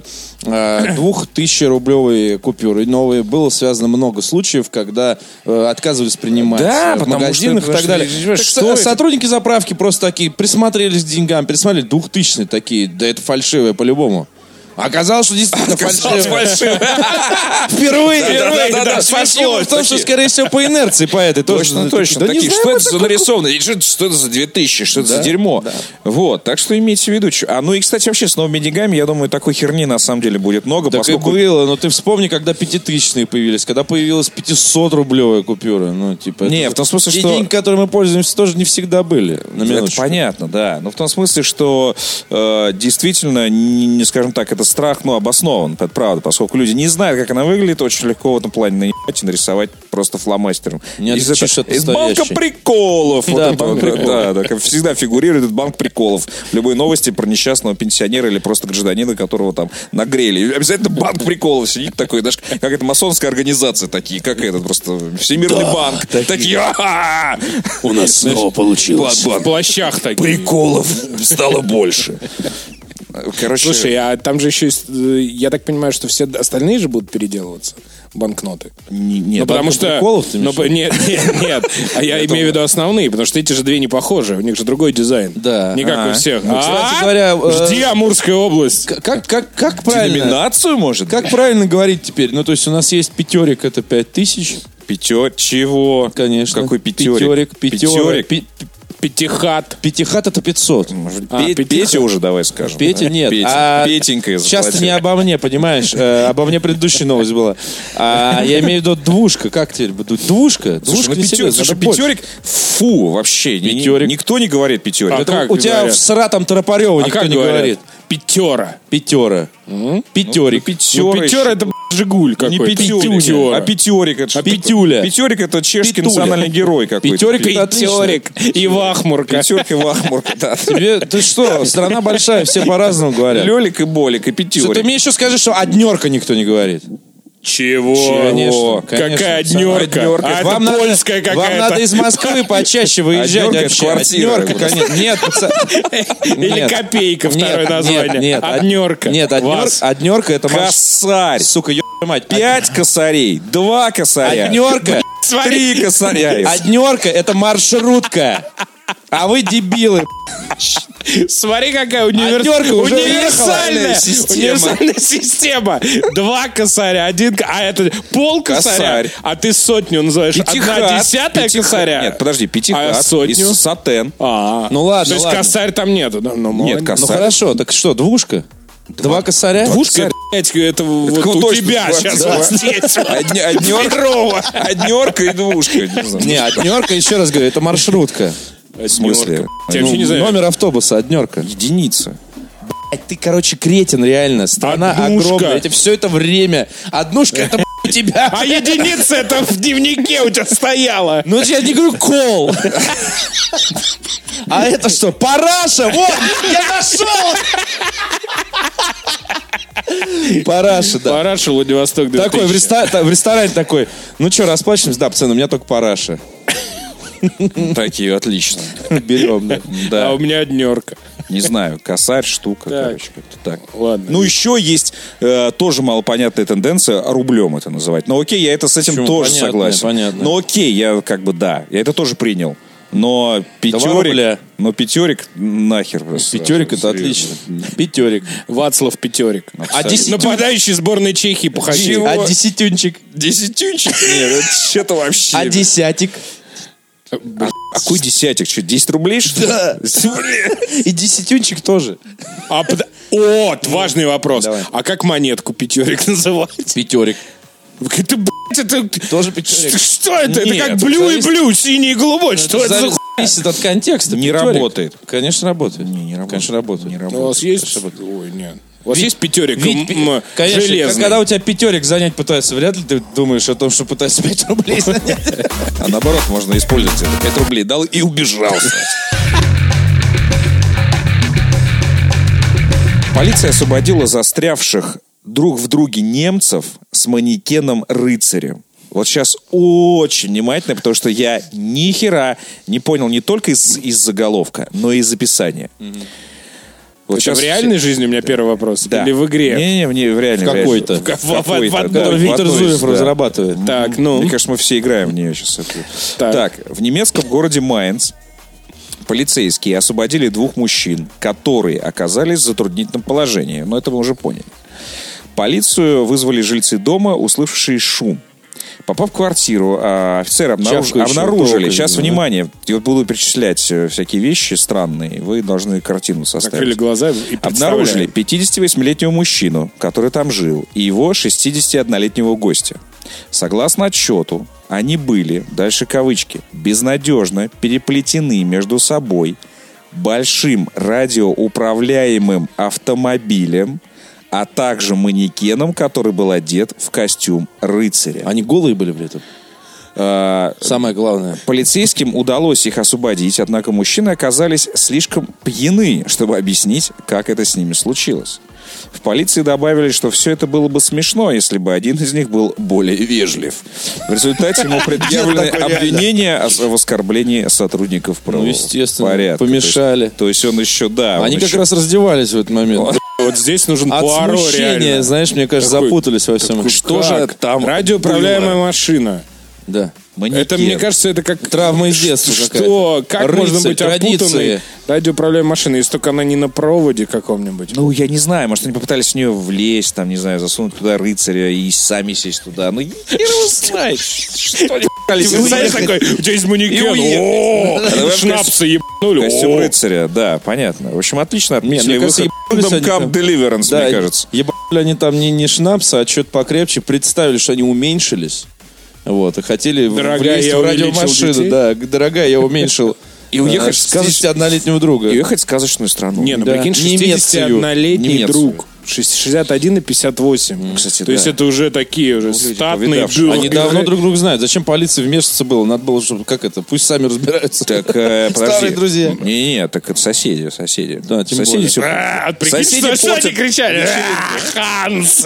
A: двух тысячи рублевой купюрой новой было связано много случаев, когда э, отказывались принимать
B: Да,
A: э, в
B: потому что
A: магазинах
B: это
A: и так далее.
B: же, понимаешь,
A: Так
B: что
A: со-
B: это?
A: сотрудники заправки просто такие присмотрелись к деньгам, присмотрели двухтысячные такие, да это фальшивое по-любому. Оказалось, что действительно фальшивое. Впервые, впервые,
B: да, да,
A: да,
B: да,
A: фальшивое в том, что,
B: такие.
A: скорее всего, по инерции по этой тоже. такие,
B: Точно, точно.
A: «Да не
B: такие,
A: знаю
B: что
A: мы
B: это за нарисовано? И Что, что это за 2000? Что это за дерьмо? Вот, так что имейте в виду. чё- А ну и, кстати, вообще с новыми деньгами, я думаю, такой херни на самом деле будет много,
A: Так
B: поскольку...
A: и было, но ты вспомни, когда пятитысячные появились, когда появилась 500-рублевая купюра. Ну, типа...
B: Не,
A: это
B: в том смысле,
A: те
B: что-
A: деньги, которые мы пользуемся, тоже не всегда были. На
B: Это
A: минуточку.
B: понятно, да. Но в том смысле, что э, действительно, не, не, скажем так, это страх, ну, обоснован, это правда, поскольку люди не знают, как она выглядит, очень легко в этом плане наебать и нарисовать просто фломастером.
A: Не
B: из
A: отличишь
B: это-
A: от
B: из банка
A: настоящей.
B: приколов. Вот
A: Да,
B: это
A: банк
B: вот,
A: приколов.
B: Да, да, как всегда фигурирует этот банк приколов. В Любой новости про несчастного пенсионера или просто гражданина, которого там нагрели. И Обязательно банк приколов сидит такой, даже как это масонская организация такие, как этот просто Всемирный банк. Такие, «Ага!»
D: У нас снова получилось.
C: В плащах такие.
D: Приколов стало больше.
B: Короче,
C: Слушай, а там же еще есть, э, я так понимаю, что все остальные же будут переделываться банкноты.
B: не- не,
C: ну, потому
A: банкноты
C: что...
A: приколов ты
C: ну,
A: имеешь в виду?
C: нет, нет, нет. А я имею в виду основные, потому что эти же две не похожи. У них же другой дизайн.
A: Да.
C: Не как
B: А.
C: у всех.
A: Ну, кстати
C: А?
A: говоря, э,
C: Жди Амурская область.
A: К- Как, как, как правильно...
B: Номинацию, может?
A: Как правильно говорить теперь? Ну, то есть у нас есть пятерик, это пять тысяч,
B: Пятер... Чего?
A: конечно.
B: Какой пятерик?
A: Пятерик, пятерик.
B: Пятерик?
A: Пи-
C: Пятихат.
A: Пятихат это 500.
C: А,
B: Пе-
C: пятиха.
B: Петя уже, давай скажем.
A: Петя
B: да?
A: нет.
B: Петя.
A: А
B: Петенька
A: Сейчас ты
B: заплатил.
A: не обо мне, понимаешь? Э, обо мне предыдущая новость была. А, я имею в виду двушка. Как теперь? будет? Двушка?
B: Слушай,
A: Двушка
B: ну,
A: не
B: пятер-
A: серьезно,
B: слушай,
A: надо больше.
B: пятерик, фу, вообще. ни- ни-
A: Пятерик.
B: Никто не говорит пятерик.
C: А
B: Это-
C: как?
A: У тебя
C: говорят?
A: в сратом
B: А
A: Тропарева никто не говорит.
C: Пятера.
A: Пятера. Пятерик.
B: пятёра
A: Ну,
B: еще.
C: Пятера это б***ь, Жигуль
B: Не
C: какой-то.
B: пятюня,
C: Пятёра.
B: а пятерик. Это ж-
A: А пятюля.
B: Пятерик это чешский
A: Петуля.
B: национальный герой какой-то.
A: Пятерик это отлично.
C: Пятерик и Вахмурка.
B: Пятерка и Вахмурка, да.
A: Тебе, ты что, страна большая, все по-разному говорят.
B: Лелик и Болик
A: Что
B: и
A: ты
B: пятерик.
A: мне еще скажи, что однерка никто не говорит.
C: Чего?
A: Конечно, конечно.
C: Какая днерка?
B: Однёрка.
C: А это
A: вам надо,
C: польская
A: вам
C: какая-то.
A: надо из Москвы почаще выезжать
B: Однёрка
A: вообще.
B: в квартиры.
A: Однёрка, конечно. Нет, пацан.
C: Или
A: Нет.
C: копейка,
A: Нет,
C: второе
A: нет,
C: название.
A: Нет, од-
C: Однерка.
A: Нет, однер-
C: Вас.
A: однерка это маш-
B: Косарь.
A: Сука, ё***ю мать.
B: Пять косарей. Два косаря.
A: Однерка.
B: Три косаря.
A: Однерка это маршрутка. А вы дебилы.
C: Смотри, какая универс-
A: Однерка уже
C: универсальная
B: уехала. Система.
C: Универсальная система. Два косаря, один... ко- А это пол косаря,
B: Косарь.
C: а ты сотню называешь. Одна
B: Пятихат.
C: десятая
B: Пятихат.
C: косаря?
B: Нет, подожди, пятихат.
C: А сотню?
B: И сатен.
C: А,
A: Ну ладно,
C: То есть
A: ладно.
C: косарь там нету. да? Ну,
B: Нет,
C: молодец.
A: Ну
B: косарь.
A: хорошо, так что, двушка? Два косаря?
C: Двушка, блядь, это вот
B: кого
C: у
B: точно
C: тебя
B: звать,
C: сейчас
B: да?
C: вот здесь.
B: Одни- однер-
C: Петрова.
B: Однерка и двушка. Не знаю.
A: Не, однерка, еще раз говорю, это маршрутка.
B: В смысле?
C: Я
B: Ну,
C: вообще не знаю.
A: Номер автобуса, однерка.
B: Единица.
A: Блядь, ты, короче, кретин, реально. Страна
C: Однушка.
A: огромная. Это все это время. Однушка, это блядь, у тебя.
C: А единица это в дневнике у тебя стояла.
A: Ну, я не говорю кол. А это что, параша? Вот, я нашел! Параша, да.
C: Параша, Владивосток,
A: Такой, в,
C: 2000.
A: реста- та- в ресторане такой, ну что, расплачиваемся? Да, пацаны, у меня только параша.
B: Такие, отлично.
A: Берем, да. А
C: А
B: Да.
C: у меня однерка.
B: Не знаю, косарь, штука,
C: Так.
B: короче, как-то так.
C: Ладно.
B: Ну, еще есть э, тоже малопонятная тенденция рублем это называть. Но окей, я это с этим
A: Почему?
B: тоже
A: Понятно,
B: согласен.
A: понятно.
B: Но окей, я как бы да, я это тоже принял. Но
A: рубля.
B: пятерик, но пятерик нахер просто.
A: Пятерик это
B: Серьезно.
A: отлично. Пятерик.
C: Вацлав Пятерик.
A: А десятюнчик?
C: Нападающий сборной Чехии походил.
A: А десятюнчик?
B: Десятючек? Нет, это что-то вообще.
A: А десятик?
B: А какой десятик? Что, 10 рублей, что ли?
A: И десятюнчик тоже.
C: А под- О, важный вопрос.
A: Давай.
C: А как монетку Пятерик называть?
A: Пятерик.
C: Это, блядь, это...
A: Тоже пятерик.
C: Что, что это?
B: Нет,
C: это как
B: это
C: блю и
A: зависит-
C: блю, синий и голубой. что это за
A: Завис-
C: хуй?
A: Зависит от контекста.
B: Не
A: Пятерик.
B: работает.
A: Конечно, работает.
B: Не, не работает.
A: Конечно, работает. Ну,
B: Не
C: У
B: работает.
C: вас есть... Ой, нет. У вас есть Пятерик
A: Ведь пи-
C: м, м,
A: конечно,
C: железный?
A: когда у тебя пятерик занять пытаются, вряд ли ты думаешь о том, что пытаются 5 рублей занять.
B: А наоборот, можно использовать это. 5 рублей дал и убежал. Полиция освободила застрявших друг в друге немцев с манекеном-рыцарем. Вот сейчас очень внимательно, потому что я ни хера не понял не только из, из заголовка, но и из описания. Вот
C: Это в реальной жизни у меня первый вопрос.
B: Да.
C: Или в игре?
B: Не-не, в не- в реальной.
A: В какой-то.
B: В, ка-
C: В- в- в-
B: какой-то,
C: в одной,
B: да,
A: Который
B: в
A: Виктор
B: одной из,
A: Зуев
B: да.
A: разрабатывает.
C: Так, ну...
B: Мне кажется, мы все играем в нее сейчас.
C: Так.
B: Так. в немецком городе Майнц полицейские освободили двух мужчин, которые оказались в затруднительном положении. Но это мы уже поняли. Полицию вызвали жильцы дома, услышавшие шум. Попав в квартиру, а, офицеры обнаруж-
A: Чавкающего
B: обнаружили.
A: толка,
B: Сейчас,
A: видимо, да?
B: внимание, я буду перечислять э, всякие вещи странные. Вы должны картину
C: Закрыли
B: составить.
C: глаза и
B: Обнаружили
C: представляем.
B: 58-летнего мужчину, который там жил, и его 61-летнего гостя. Согласно отчету, они были, дальше кавычки, безнадежно переплетены между собой большим радиоуправляемым автомобилем, а также манекеном, который был одет в костюм рыцаря.
A: Они голые были при этом.
B: А,
A: Самое главное.
B: Полицейским удалось их освободить, однако мужчины оказались слишком пьяны, чтобы объяснить, как это с ними случилось. В полиции добавили, что все это было бы смешно, если бы один из них был более вежлив. В результате ему предъявлены обвинения о- в оскорблении сотрудников правого
A: Ну, естественно,
B: порядка.
A: помешали.
B: То есть, то есть он еще, да. он
A: Они как
B: еще-
A: раз раздевались в этот момент.
C: Вот здесь нужен
A: От
C: Пуаро
A: смущения,
C: реально. Ну
A: знаешь, мне кажется,
C: Такой-
A: запутались во всем.
C: Что же там? Радиоуправляемая машина.
A: Да.
B: Манекен.
C: Это, мне кажется, это как...
A: Травма из детства
C: Что?
A: какая-то.
C: Как
A: Рыцарь,
C: можно быть опутанной
A: традиции.
C: радиоуправляемой машиной, если только она не на проводе каком-нибудь?
B: Ну, я не знаю, может, они попытались в нее влезть, там, не знаю, засунуть туда рыцаря и сами сесть туда. Ну, хер его знает. Что они пытались
C: Ты знаешь,
B: сделать?
C: такой, у тебя есть манекен,
B: И уехал.
C: о,
B: Да, давай
C: шнапсы ебанули,
B: Костюм
C: о.
B: рыцаря, да, понятно. В общем, отлично отметили
A: мне кажется,
B: выход
A: ебанулись
B: Kingdom Come
A: они там.
B: Deliverance, мне кажется.
A: Ебали они там не, не шнапса, а что-то покрепче. Представили, что они уменьшились. Вот, и хотели в-
C: Дорогая,
A: влезть
C: я
A: в
C: увеличил детей.
A: радиомашину. Да, г- дорогая, я уменьшил.
B: И уехать
A: с 61-летнего друга.
B: И ехать в сказочную страну.
C: Не, ну
A: Да.
C: прикинь,
A: Немецию.
C: 61-летний
B: Немецию.
C: друг. Шесть- 61 и 58.
B: кстати,
C: То есть
B: да. Ну,
C: это уже такие уже статные
B: повидавшие.
C: бюрократы.
A: Они давно друг друга знают. Зачем полиции вмешиваться было? Надо было, чтобы как это, пусть сами разбираются.
B: Так, э, подожди.
A: Старые друзья.
B: Не, не, так это соседи, соседи.
A: Да, тем
B: соседи
A: более.
B: все.
C: А, прикинь,
B: Соседи
C: что, что
B: портят.
C: они кричали? А, Ханс!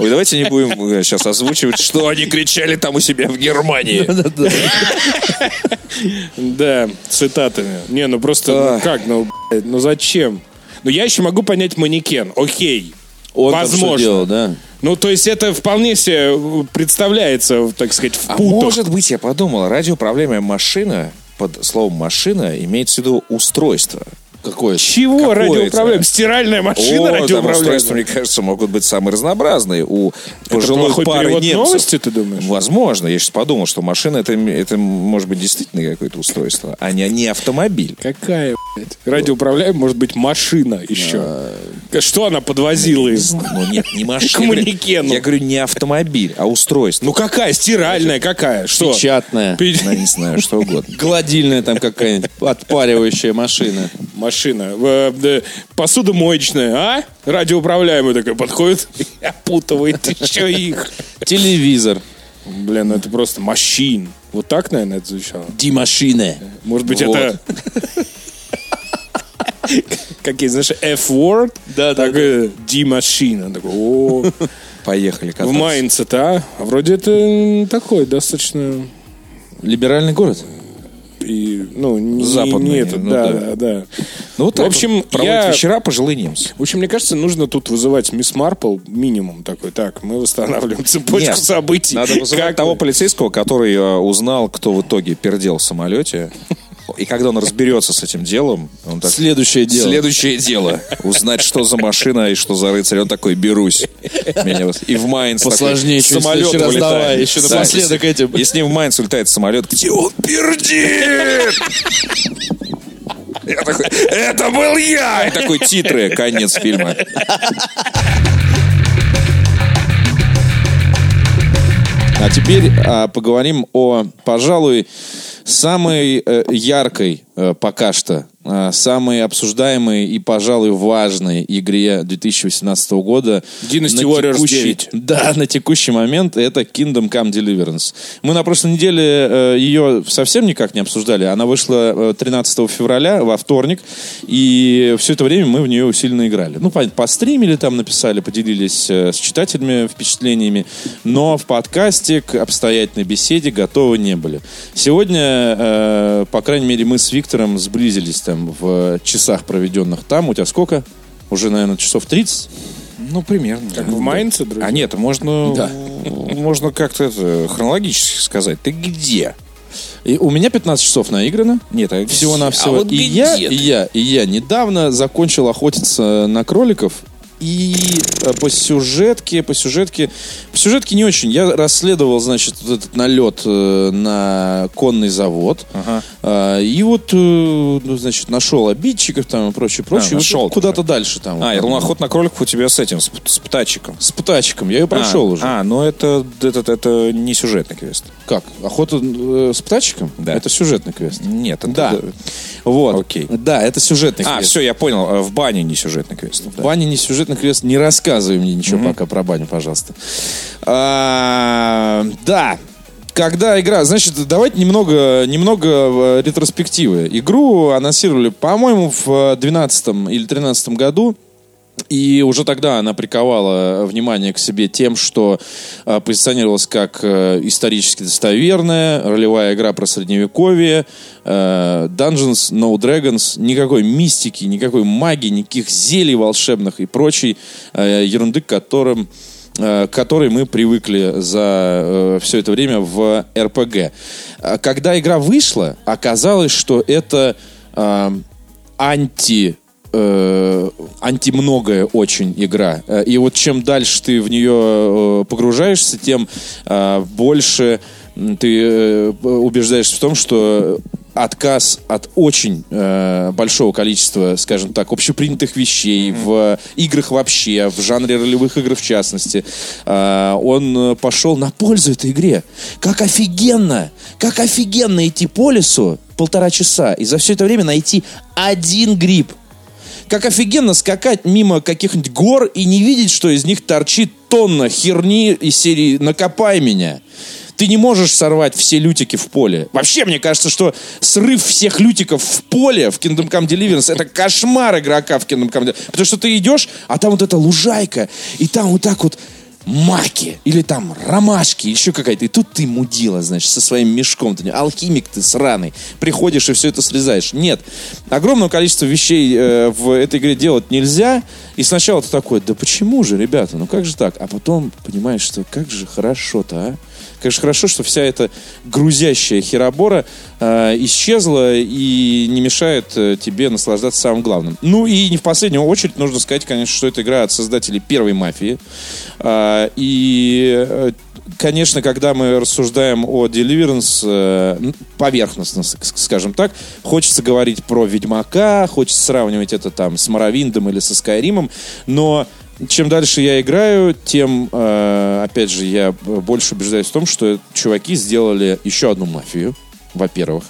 B: Ой, давайте не будем сейчас озвучивать, что они кричали там у себя в Германии.
C: Да, цитатами. Не, ну просто, ну
B: Ах.
C: как, ну, блядь, ну зачем? Ну я еще могу понять манекен, окей.
A: Он там что
C: Возможно.
A: делал, да?
C: Ну, то есть это вполне себе э, представляется, так сказать, в
B: А
C: путах.
B: может быть, я подумал, радиоуправляемая машина, под словом машина имеется в виду устройство.
A: Какое?
C: Чего
B: Какое
C: радиоуправляем?
B: это?
C: Стиральная машина
B: О, там устройства,
C: радиоуправляемая.
B: мне кажется, могут быть самые разнообразные. У
C: плохой
B: пожилой пары
C: перевод
B: немцев.
C: новости, ты думаешь?
B: Возможно. Я сейчас подумал, что машина это, это может быть действительно какое-то устройство, а не, не автомобиль.
C: Какая, блядь? Радиоуправляемая может быть машина еще. Что она подвозила из...
B: Ну нет, не машина.
C: К манекену.
B: Я говорю, не автомобиль, а устройство. Ну,
C: Ну какая? Стиральная какая? Что?
A: Печатная.
C: Пе-
B: Я не знаю, что угодно.
A: Гладильная там какая-нибудь отпаривающая машина.
C: Машина. Э, э, Посудомоечная, а? Радиоуправляемая такая подходит и опутывает еще их.
A: Телевизор.
C: Блин, ну это просто машин. Вот так, наверное, это звучало.
A: Димашина.
C: Может быть,
A: Вот.
C: это... Какие, знаешь, F-word?
A: Да, да,
C: Так, э, D-машина. Такой, о,
B: Поехали
C: в
B: кататься.
C: Майнце-то, а? А Вроде это такой достаточно...
A: Либеральный город.
C: И, ну, не,
B: Западный,
C: не этот,
B: ну
C: да,
B: да.
C: да, да.
B: Ну, вот
C: В
B: так
C: общем,
B: вот проводят
C: я-
B: вечера пожилые немцы.
C: В общем, мне кажется, нужно тут вызывать мисс Марпл минимум такой. Так, мы восстанавливаем цепочку
B: Нет,
C: событий.
B: Надо вызывать
C: Как
B: того
C: мы-
B: полицейского, который э, узнал, кто в итоге пердел в самолете. И когда он разберется с этим делом, он так...
A: Следующее дело.
B: Следующее дело. Узнать, что за машина и что за рыцарь. Он такой, берусь. Меня вот- И в Майнц такой,
A: Посложнее, чё,
B: самолет
A: ещё раз
B: вылетает.
A: давай, ещё
B: Да,
A: напоследок
B: если-
A: этим.
B: Если в Майнц улетает самолет, где он пердит? Я такой, это был я! И такой титры, конец фильма.
A: А теперь а, поговорим о, пожалуй, самой э, яркой э, пока что, э, самой обсуждаемой и, пожалуй, важной игре 2018 года.
C: Dynasty
A: На
C: Warriors
A: текущий-
C: 9.
A: Да, на текущий момент это Kingdom Come Deliverance. Мы на прошлой неделе э, ее совсем никак не обсуждали. Она вышла э, 13 февраля во вторник, и все это время мы в нее усиленно играли. Ну, понятно, постримили там, написали, поделились э, с читателями впечатлениями, но в подкасте к обстоятельной беседе готовы не были. Сегодня, э, по крайней мере, мы с Виктором сблизились там в э, часах, проведенных там. У тебя сколько? Уже, наверное, часов 30?
B: Ну, примерно.
C: Как в Майнце, друзья?
B: А нет, можно, можно как-то это, хронологически сказать. Ты где?
A: И у меня 15 часов наиграно.
B: Нет, а
A: Всего-навсего.
B: а вот
A: и
B: где
A: я,
B: ты?
A: и я, и я недавно закончил охотиться на кроликов. И э, по сюжетке, по сюжетке, по сюжетке не очень. Я расследовал, значит, вот этот налет э, на конный завод. А, и вот, э, ну, значит, нашел обидчиков там и прочее, прочее. И вот
B: нашел
A: куда-то дальше там.
B: А, я
A: Вот,
B: думал, охот на кроликов у тебя с этим, с, п- с птачиком.
A: С птачиком. Я ее прошел
B: а,
A: уже.
B: А, ну это, это, это не сюжетный квест.
A: Как? Охота э, с птачиком?
B: Да.
A: Это сюжетный квест.
B: Нет, это...
A: Да. Вот.
B: Окей.
A: Да, это сюжетный
B: А,
A: квест.
B: все, я понял. э, В бане не сюжетный квест. Да.
A: Баня не сюжетный квест. Не рассказывай мне ничего пока про баню, пожалуйста. А, да. Когда игра... Значит, давайте немного, немного э, ретроспективы. Игру анонсировали, по-моему, в 2012 или 2013 году. И уже тогда она приковала э, внимание к себе тем, что э, позиционировалась как э, исторически достоверная, ролевая игра про средневековье, э, Dungeons, No Dragons, никакой мистики, никакой магии, никаких зелий волшебных и прочей э, ерунды, к которым э, к которой мы привыкли за все это время в РПГ. А Когда игра вышла, оказалось, что это э, анти э, антимногая очень игра. Э, И вот чем дальше ты в нее э, погружаешься, тем э, больше м, ты э, убеждаешься в том, что отказ от очень э, большого количества, скажем так, общепринятых вещей в э, играх вообще, в жанре ролевых игр в частности, э, он э, пошел на пользу этой игре. Как офигенно! Как офигенно идти по лесу полтора часа и за все это время найти один гриб. Как офигенно скакать мимо каких-нибудь гор и не видеть, что из них торчит тонна херни из серии «Накопай меня». Ты не можешь сорвать все лютики в поле. Вообще, мне кажется, что срыв всех лютиков в поле в Kingdom Come Deliverance это кошмар игрока в Kingdom Come Deliverance. Потому что ты идешь, а там вот эта лужайка, и там вот так вот маки, или там ромашки, еще какая-то. И тут ты мудила, значит, со своим мешком. Ты, не- алхимик ты сраный. Приходишь и все это срезаешь. Нет. Огромного количества вещей э, в этой игре делать нельзя. И сначала ты такой, да почему же, ребята, ну как же так? А потом понимаешь, что как же хорошо-то, а? Конечно, хорошо, что вся эта грузящая херобора э, исчезла и не мешает э, тебе наслаждаться самым главным. Ну и не в последнюю очередь нужно сказать, конечно, что это игра от создателей первой мафии. А, и э, Конечно, когда мы рассуждаем о Deliverance э, ну, поверхностно, с- скажем так, хочется говорить про Ведьмака, хочется сравнивать это там с Моровиндом или со Скайримом, но чем дальше я играю, тем, э, опять же, я больше убеждаюсь в том, что чуваки сделали еще одну мафию, во-первых.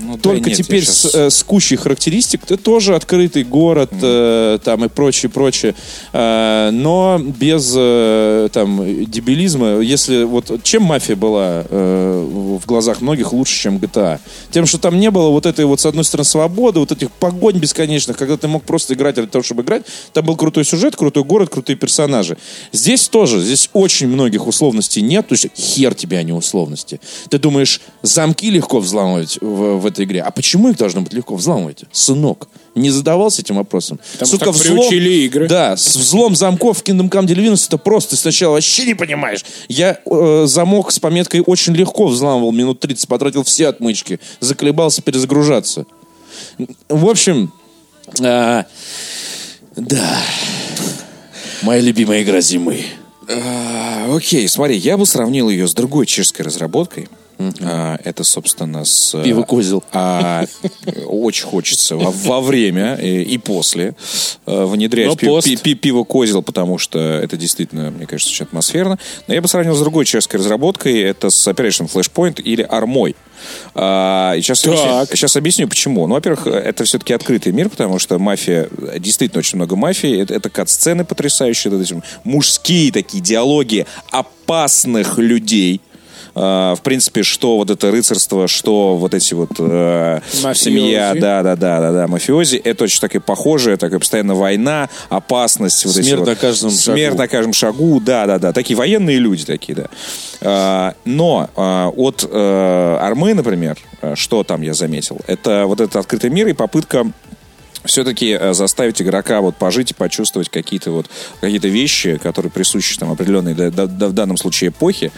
B: Ну,
A: Только теперь с, э, с кучей характеристик, это тоже открытый город, э, там и прочее, прочее, Э, но без э, там дебилизма. Если вот чем мафия была э, в глазах многих лучше, чем GTA, тем, что там не было вот этой вот с одной стороны свободы, вот этих погонь бесконечных, когда ты мог просто играть ради того, чтобы играть, там был крутой сюжет, крутой город, крутые персонажи. Здесь тоже, здесь очень многих условностей нет, то есть хер тебе, а не условности. Ты думаешь, замки легко взламывать в, в этой игре, а почему их должно быть легко взламывать? Сынок, не задавался этим вопросом?
C: что так приучили игры.
A: Да, с взлом замков в Kingdom Come Deliverance это просто ты сначала вообще не понимаешь. Я э, замок с пометкой очень легко взламывал, минут 30, потратил все отмычки, заколебался перезагружаться. В общем, а, да,
D: Моя любимая игра зимы.
B: А, Окей, смотри, я бы сравнил ее с другой чешской разработкой. А, это, собственно, с... э,
A: Пиво Козел.
B: а, э, очень хочется во, во время и, и после э, внедрять
C: Но
B: пи-
C: пост.
B: пи- пи- пиво Козел, потому что это действительно, мне кажется, очень атмосферно. Но я бы сравнил с другой чешской разработкой. Это с Operation Flashpoint или Армой. А, и сейчас, объясню, сейчас объясню, почему. Ну, во-первых, это все-таки открытый мир, потому что мафия, действительно очень много мафии. Это, это кат-сцены потрясающие, это, эти мужские такие диалоги опасных людей. А, В принципе, что вот это рыцарство, что вот эти вот э,
C: Мафиози.
B: семья, да, да, да, да, да, мафиози, это очень такая похожая, такая постоянно война, опасность, вот эти
A: Смерть
B: вот-
A: на каждом шагу.
B: смерть на каждом шагу, да, да, да, такие военные люди такие, да. А, Но а, от э, Армы, например, а, что там я заметил, это вот этот открытый мир и попытка все-таки э, заставить игрока вот пожить и почувствовать какие-то вот какие-то вещи, которые присущи там определенной да- да- да- в данном случае эпохи.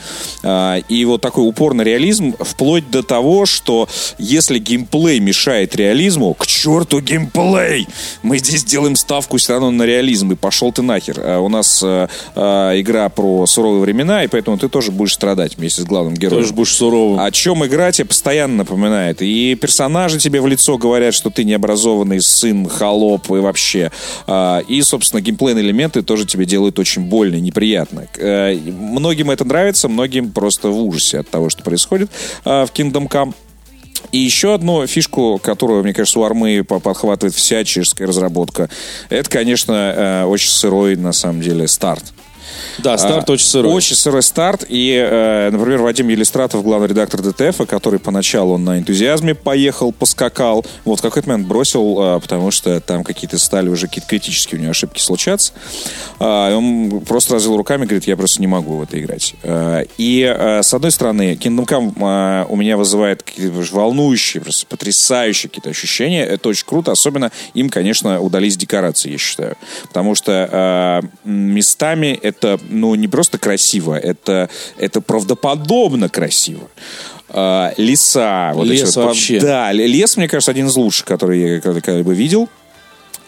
B: А, И вот такой упорный реализм вплоть до того, что если геймплей мешает реализму, к черту геймплей! Мы здесь делаем ставку все равно на реализм и пошел ты нахер. А У нас э, э, игра про суровые времена, и поэтому ты тоже будешь страдать вместе с главным героем.
A: тоже будешь суровым.
B: О чем игра тебе постоянно напоминает. И персонажи тебе в лицо говорят, что ты необразованный сын, холоп и вообще. А, И, собственно, геймплейные элементы тоже тебе делают очень больно и неприятно. К- э, и Многим это нравится, многим просто в ужасе от того, что происходит а, в Kingdom Come. И еще одну фишку, которую, мне кажется, у Армы по- подхватывает вся чешская разработка, это, конечно, э, очень сырой, на самом деле, старт.
A: Да, старт
B: А,
A: очень сырой.
B: Очень сырой старт. И, э, например, Вадим Елистратов, главный редактор ДТФ, который поначалу на энтузиазме поехал, поскакал, вот в какой-то момент бросил, э, потому что там какие-то стали уже какие-то критические у него ошибки случаться. А, и он просто развел руками, говорит, я просто не могу в это играть. Э, и, э, с одной стороны, Kingdom Come э, у меня вызывает какие-то ж волнующие, просто потрясающие какие-то ощущения. Это очень круто. Особенно им, конечно, удались декорации, я считаю. Потому что э, м, местами это, ну, не просто красиво, это, это правдоподобно красиво. Э, леса. вот
A: Лес
B: эти вот-
A: вообще.
B: Да, л- лес, мне кажется, один из лучших, который я когда-либо видел.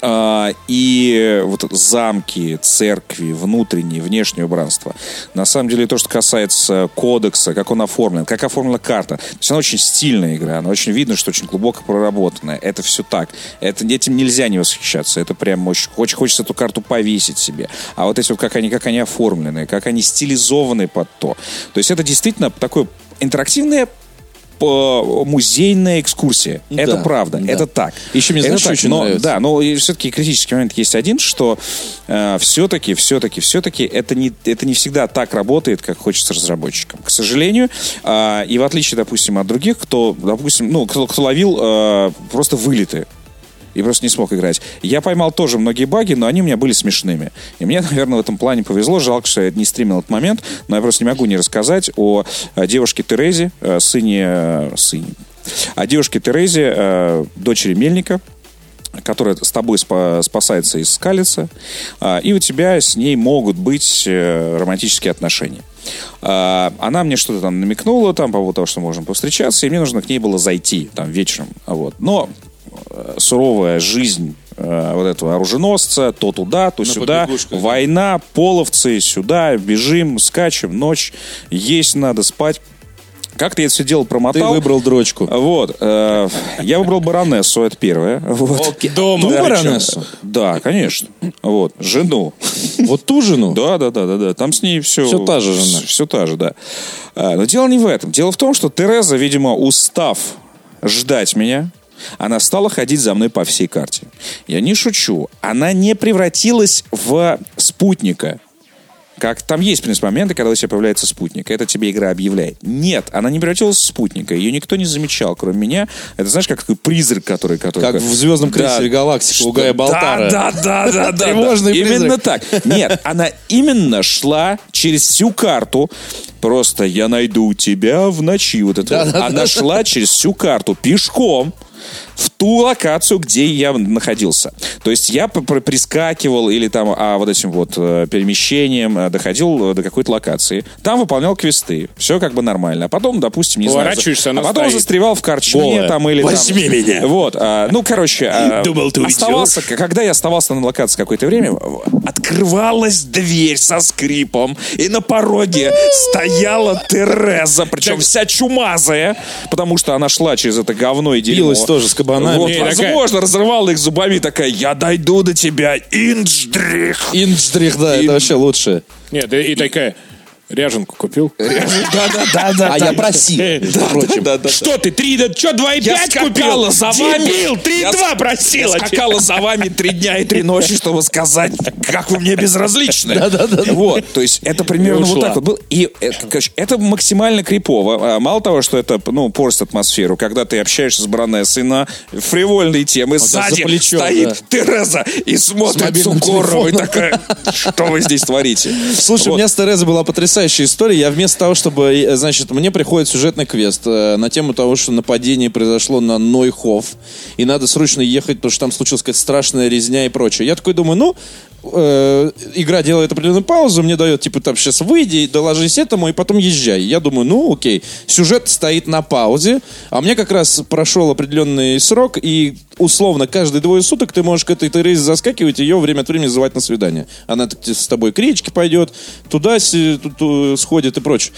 B: А, и вот замки, церкви, внутренние, внешнее убранство. На самом деле, то, что касается кодекса, как он оформлен, как оформлена карта. То есть она очень стильная игра, она очень видно, что очень глубоко проработанная. Это все так. Это, этим нельзя не восхищаться. Это прям очень, очень хочется эту карту повесить себе. А вот эти вот, как они, как они оформлены, как они стилизованы под то. То есть это действительно такое интерактивное по- музейная экскурсия.
A: Да,
B: это правда,
A: да.
B: это так.
A: Еще мне,
B: Это
A: знаешь, что
B: так,
A: еще
B: но-
A: нравится?
B: Да, но все-таки критический момент есть один, что э, все-таки, все-таки, все-таки это не, это не всегда так работает, как хочется разработчикам. К сожалению, э, и в отличие, допустим, от других, кто, допустим, ну, кто, кто ловил э, просто вылеты и просто не смог играть. Я поймал тоже многие баги, но они у меня были смешными. И мне, наверное, в этом плане повезло. Жалко, что я не стримил этот момент, но я просто не могу не рассказать о э, девушке Терезе, э, сыне... э, сыне. О девушке Терезе, э, дочери Мельника, которая с тобой спа- спасается из скалица, а, и у тебя с ней могут быть э, романтические отношения. А, Она мне что-то там намекнула, там, по поводу того, что мы можем повстречаться, и мне нужно к ней было зайти, там, вечером. А Вот. Но э, суровая жизнь э, вот этого оруженосца, то туда, то сюда,
A: побегушках.
B: война, половцы, сюда, бежим, скачем, ночь, есть надо, спать. Как-то я это все дело
A: Ты
B: промотал.
A: выбрал дрочку.
B: Вот. э, я выбрал баронессу, это первое. Вот.
C: Дома.
A: Ну,
B: Да,
A: баронессу.
B: причем- Да, конечно. Вот. Жену.
A: Вот ту жену?
B: Да, да, да, да, да. Там с ней все...
A: Всё та же жена.
B: Все та же, да. А, Но дело не в этом. Дело в том, что Тереза, видимо, устав ждать меня, она стала ходить за мной по всей карте. Я не шучу. Она не превратилась в спутника. Как там есть, в принципе, моменты, когда у тебя появляется спутник. Это тебе игра объявляет. Нет, она не превратилась в спутника. Ее никто не замечал, кроме меня. Это, знаешь, как такой призрак, который... который
A: Как в «Звездном крейсере Галактика» у Гая Балтара.
B: да, да, да, да, да.
A: Тревожный
B: Именно
A: призрак.
B: так. Нет, она именно шла через всю карту. Просто я найду тебя в ночи. Вот это. вот. она шла через всю карту пешком в ту локацию, где я находился. То есть я пр- пр- прискакивал или там а, вот этим вот э, перемещением э, доходил э, до какой-то локации. Там выполнял квесты. Все как бы нормально. А потом, допустим, не знаю... за-
C: Поворачиваешься, она
B: а потом
C: стоит.
B: застревал в корчме
C: Голая.
B: там или... там-
C: Возьми меня.
B: Вот. а, ну, короче... а,
C: Думал, ты уйдешь.
B: оставался к- когда я оставался на локации какое-то время, в- открывалась дверь со скрипом, и на пороге стояла Тереза, причем вся чумазая, потому что она шла через это говно и дерьмо.
A: Билась тоже с кабанами.
B: Вот,
A: Не,
B: возможно, разрывала их зубами, и такая, я дойду до тебя, Индждрих.
A: Индждрих, да, это вообще лучше.
C: Нет, да и такая... Ряженку купил.
B: Да-да-да-да.
E: А я просил. между прочим.
C: Что ты, 3, да, что, 2,5
B: скакала
C: купил?
B: за вами.
C: Дебил,
B: Я
C: 3,2
B: ск-
C: просил.
B: Я
C: от тебя.
B: скакала за вами три дня и три ночи, чтобы сказать, как вы мне безразличны. Вот, то есть это примерно вот так вот было. И, э, короче, это максимально крипово. А, Мало того, что это, ну, портит атмосферу, когда ты общаешься с баронессой на фривольные темы, сзади
A: за плечо,
B: стоит
A: да.
B: Тереза и смотрит с
A: мобильным
B: укором и такая, что вы здесь творите?
A: Слушай,
B: Вот.
A: у меня с Терезой была потрясающая история. Я вместо того, чтобы... э, Значит, мне приходит сюжетный квест э, на тему того, что нападение произошло на Нойхов, и надо срочно ехать, потому что там случилась какая-то страшная резня и прочее. Я такой думаю, ну, э, игра делает определенную паузу, мне дает, типа, там, сейчас выйди, доложись этому, и потом езжай. Я думаю, ну, окей. Сюжет стоит на паузе, а мне как раз прошел определенный срок, и условно каждые двое суток ты можешь к этой Терезе заскакивать, и ее время от времени звать на свидание. Она так тебе с тобой к речке пойдет, туда си- ту- ту- сходит и прочее.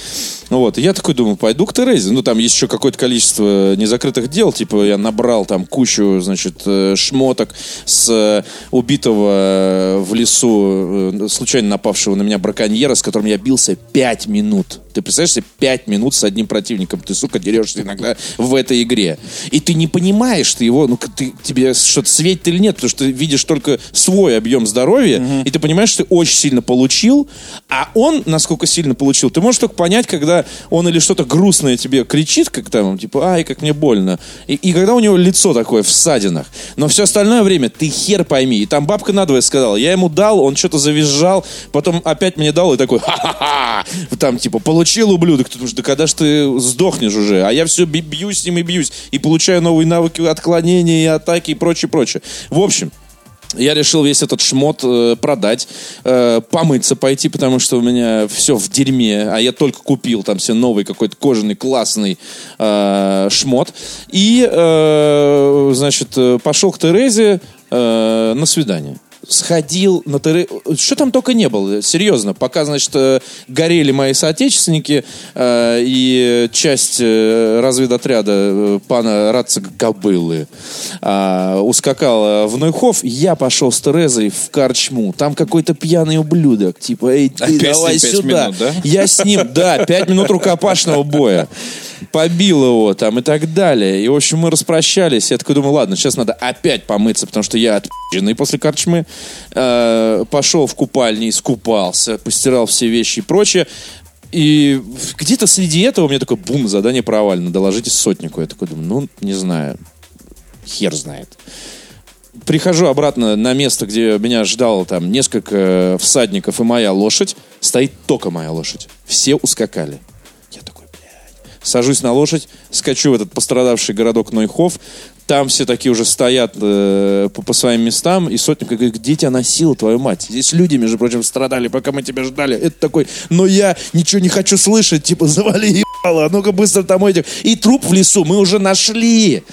A: Ну Вот. И я такой думаю, пойду к Терезе. Ну, там есть еще какое-то количество незакрытых дел. Типа я набрал там кучу, значит, э, шмоток с э, убитого э, в лесу, э, случайно напавшего на меня браконьера, с которым я бился пять минут. Ты представляешь себе, пять минут с одним противником. Ты, сука, дерешься иногда в этой игре. И ты не понимаешь, ты его, ну, к- ты, тебе что-то светит или нет, потому что ты видишь только свой объем здоровья, и ты понимаешь, что ты очень сильно получил, а он, насколько сильно получил, ты можешь только понять, когда он или что-то грустное тебе кричит, как там, типа, ай, как мне больно. И, и когда у него лицо такое в ссадинах. Но все остальное время ты хер пойми. И там бабка надвое сказала, я ему дал, он что-то завизжал, потом опять мне дал и такой, ха-ха-ха. Там, типа, получил, ублюдок. Ты думаешь, да когда ж ты сдохнешь уже? А я все бьюсь с ним и бьюсь. И получаю новые навыки отклонения и атаки и прочее, прочее. В общем, я решил весь этот шмот э, продать, э, помыться, пойти, потому что у меня все в дерьме, а я только купил там все новый какой-то кожаный классный э, шмот. И, э, значит, э, пошел к Терезе э, на свидание. Сходил на Тере... Что там только не было, серьезно. Пока, значит, э, горели мои соотечественники, э, и часть э, разведотряда э, пана Рацига Кобылы а, ускакала в Нойхов, я пошел с Терезой в Корчму. Там какой-то пьяный ублюдок, типа, эй, ты
B: Опять с ним
A: давай
B: А пять
A: сюда.
B: минут, да?
A: Я с ним, да, пять минут рукопашного боя. Побил его там и так далее. И, в общем, мы распрощались. Я такой думаю, ладно, сейчас надо опять помыться, потому что я отпи***ный после корчмы. Э, пошел в купальни, искупался, постирал все вещи и прочее. И в- где-то среди этого мне такой, бум, задание провалено, доложите сотнику. Я такой думаю, ну, не знаю, хер знает прихожу обратно на место, где меня ждало там несколько э, всадников и моя лошадь. Стоит только моя лошадь. Все ускакали. Я такой, блядь. Сажусь на лошадь, скачу в этот пострадавший городок Нойхов, Там все такие уже стоят э, по, по своим местам, и сотник говорит, где тебя носила твою мать? Здесь люди, между прочим, страдали, пока мы тебя ждали. Это такой, но я ничего не хочу слышать, типа, завали ебало, а ну-ка быстро там этих. И труп в лесу мы уже нашли.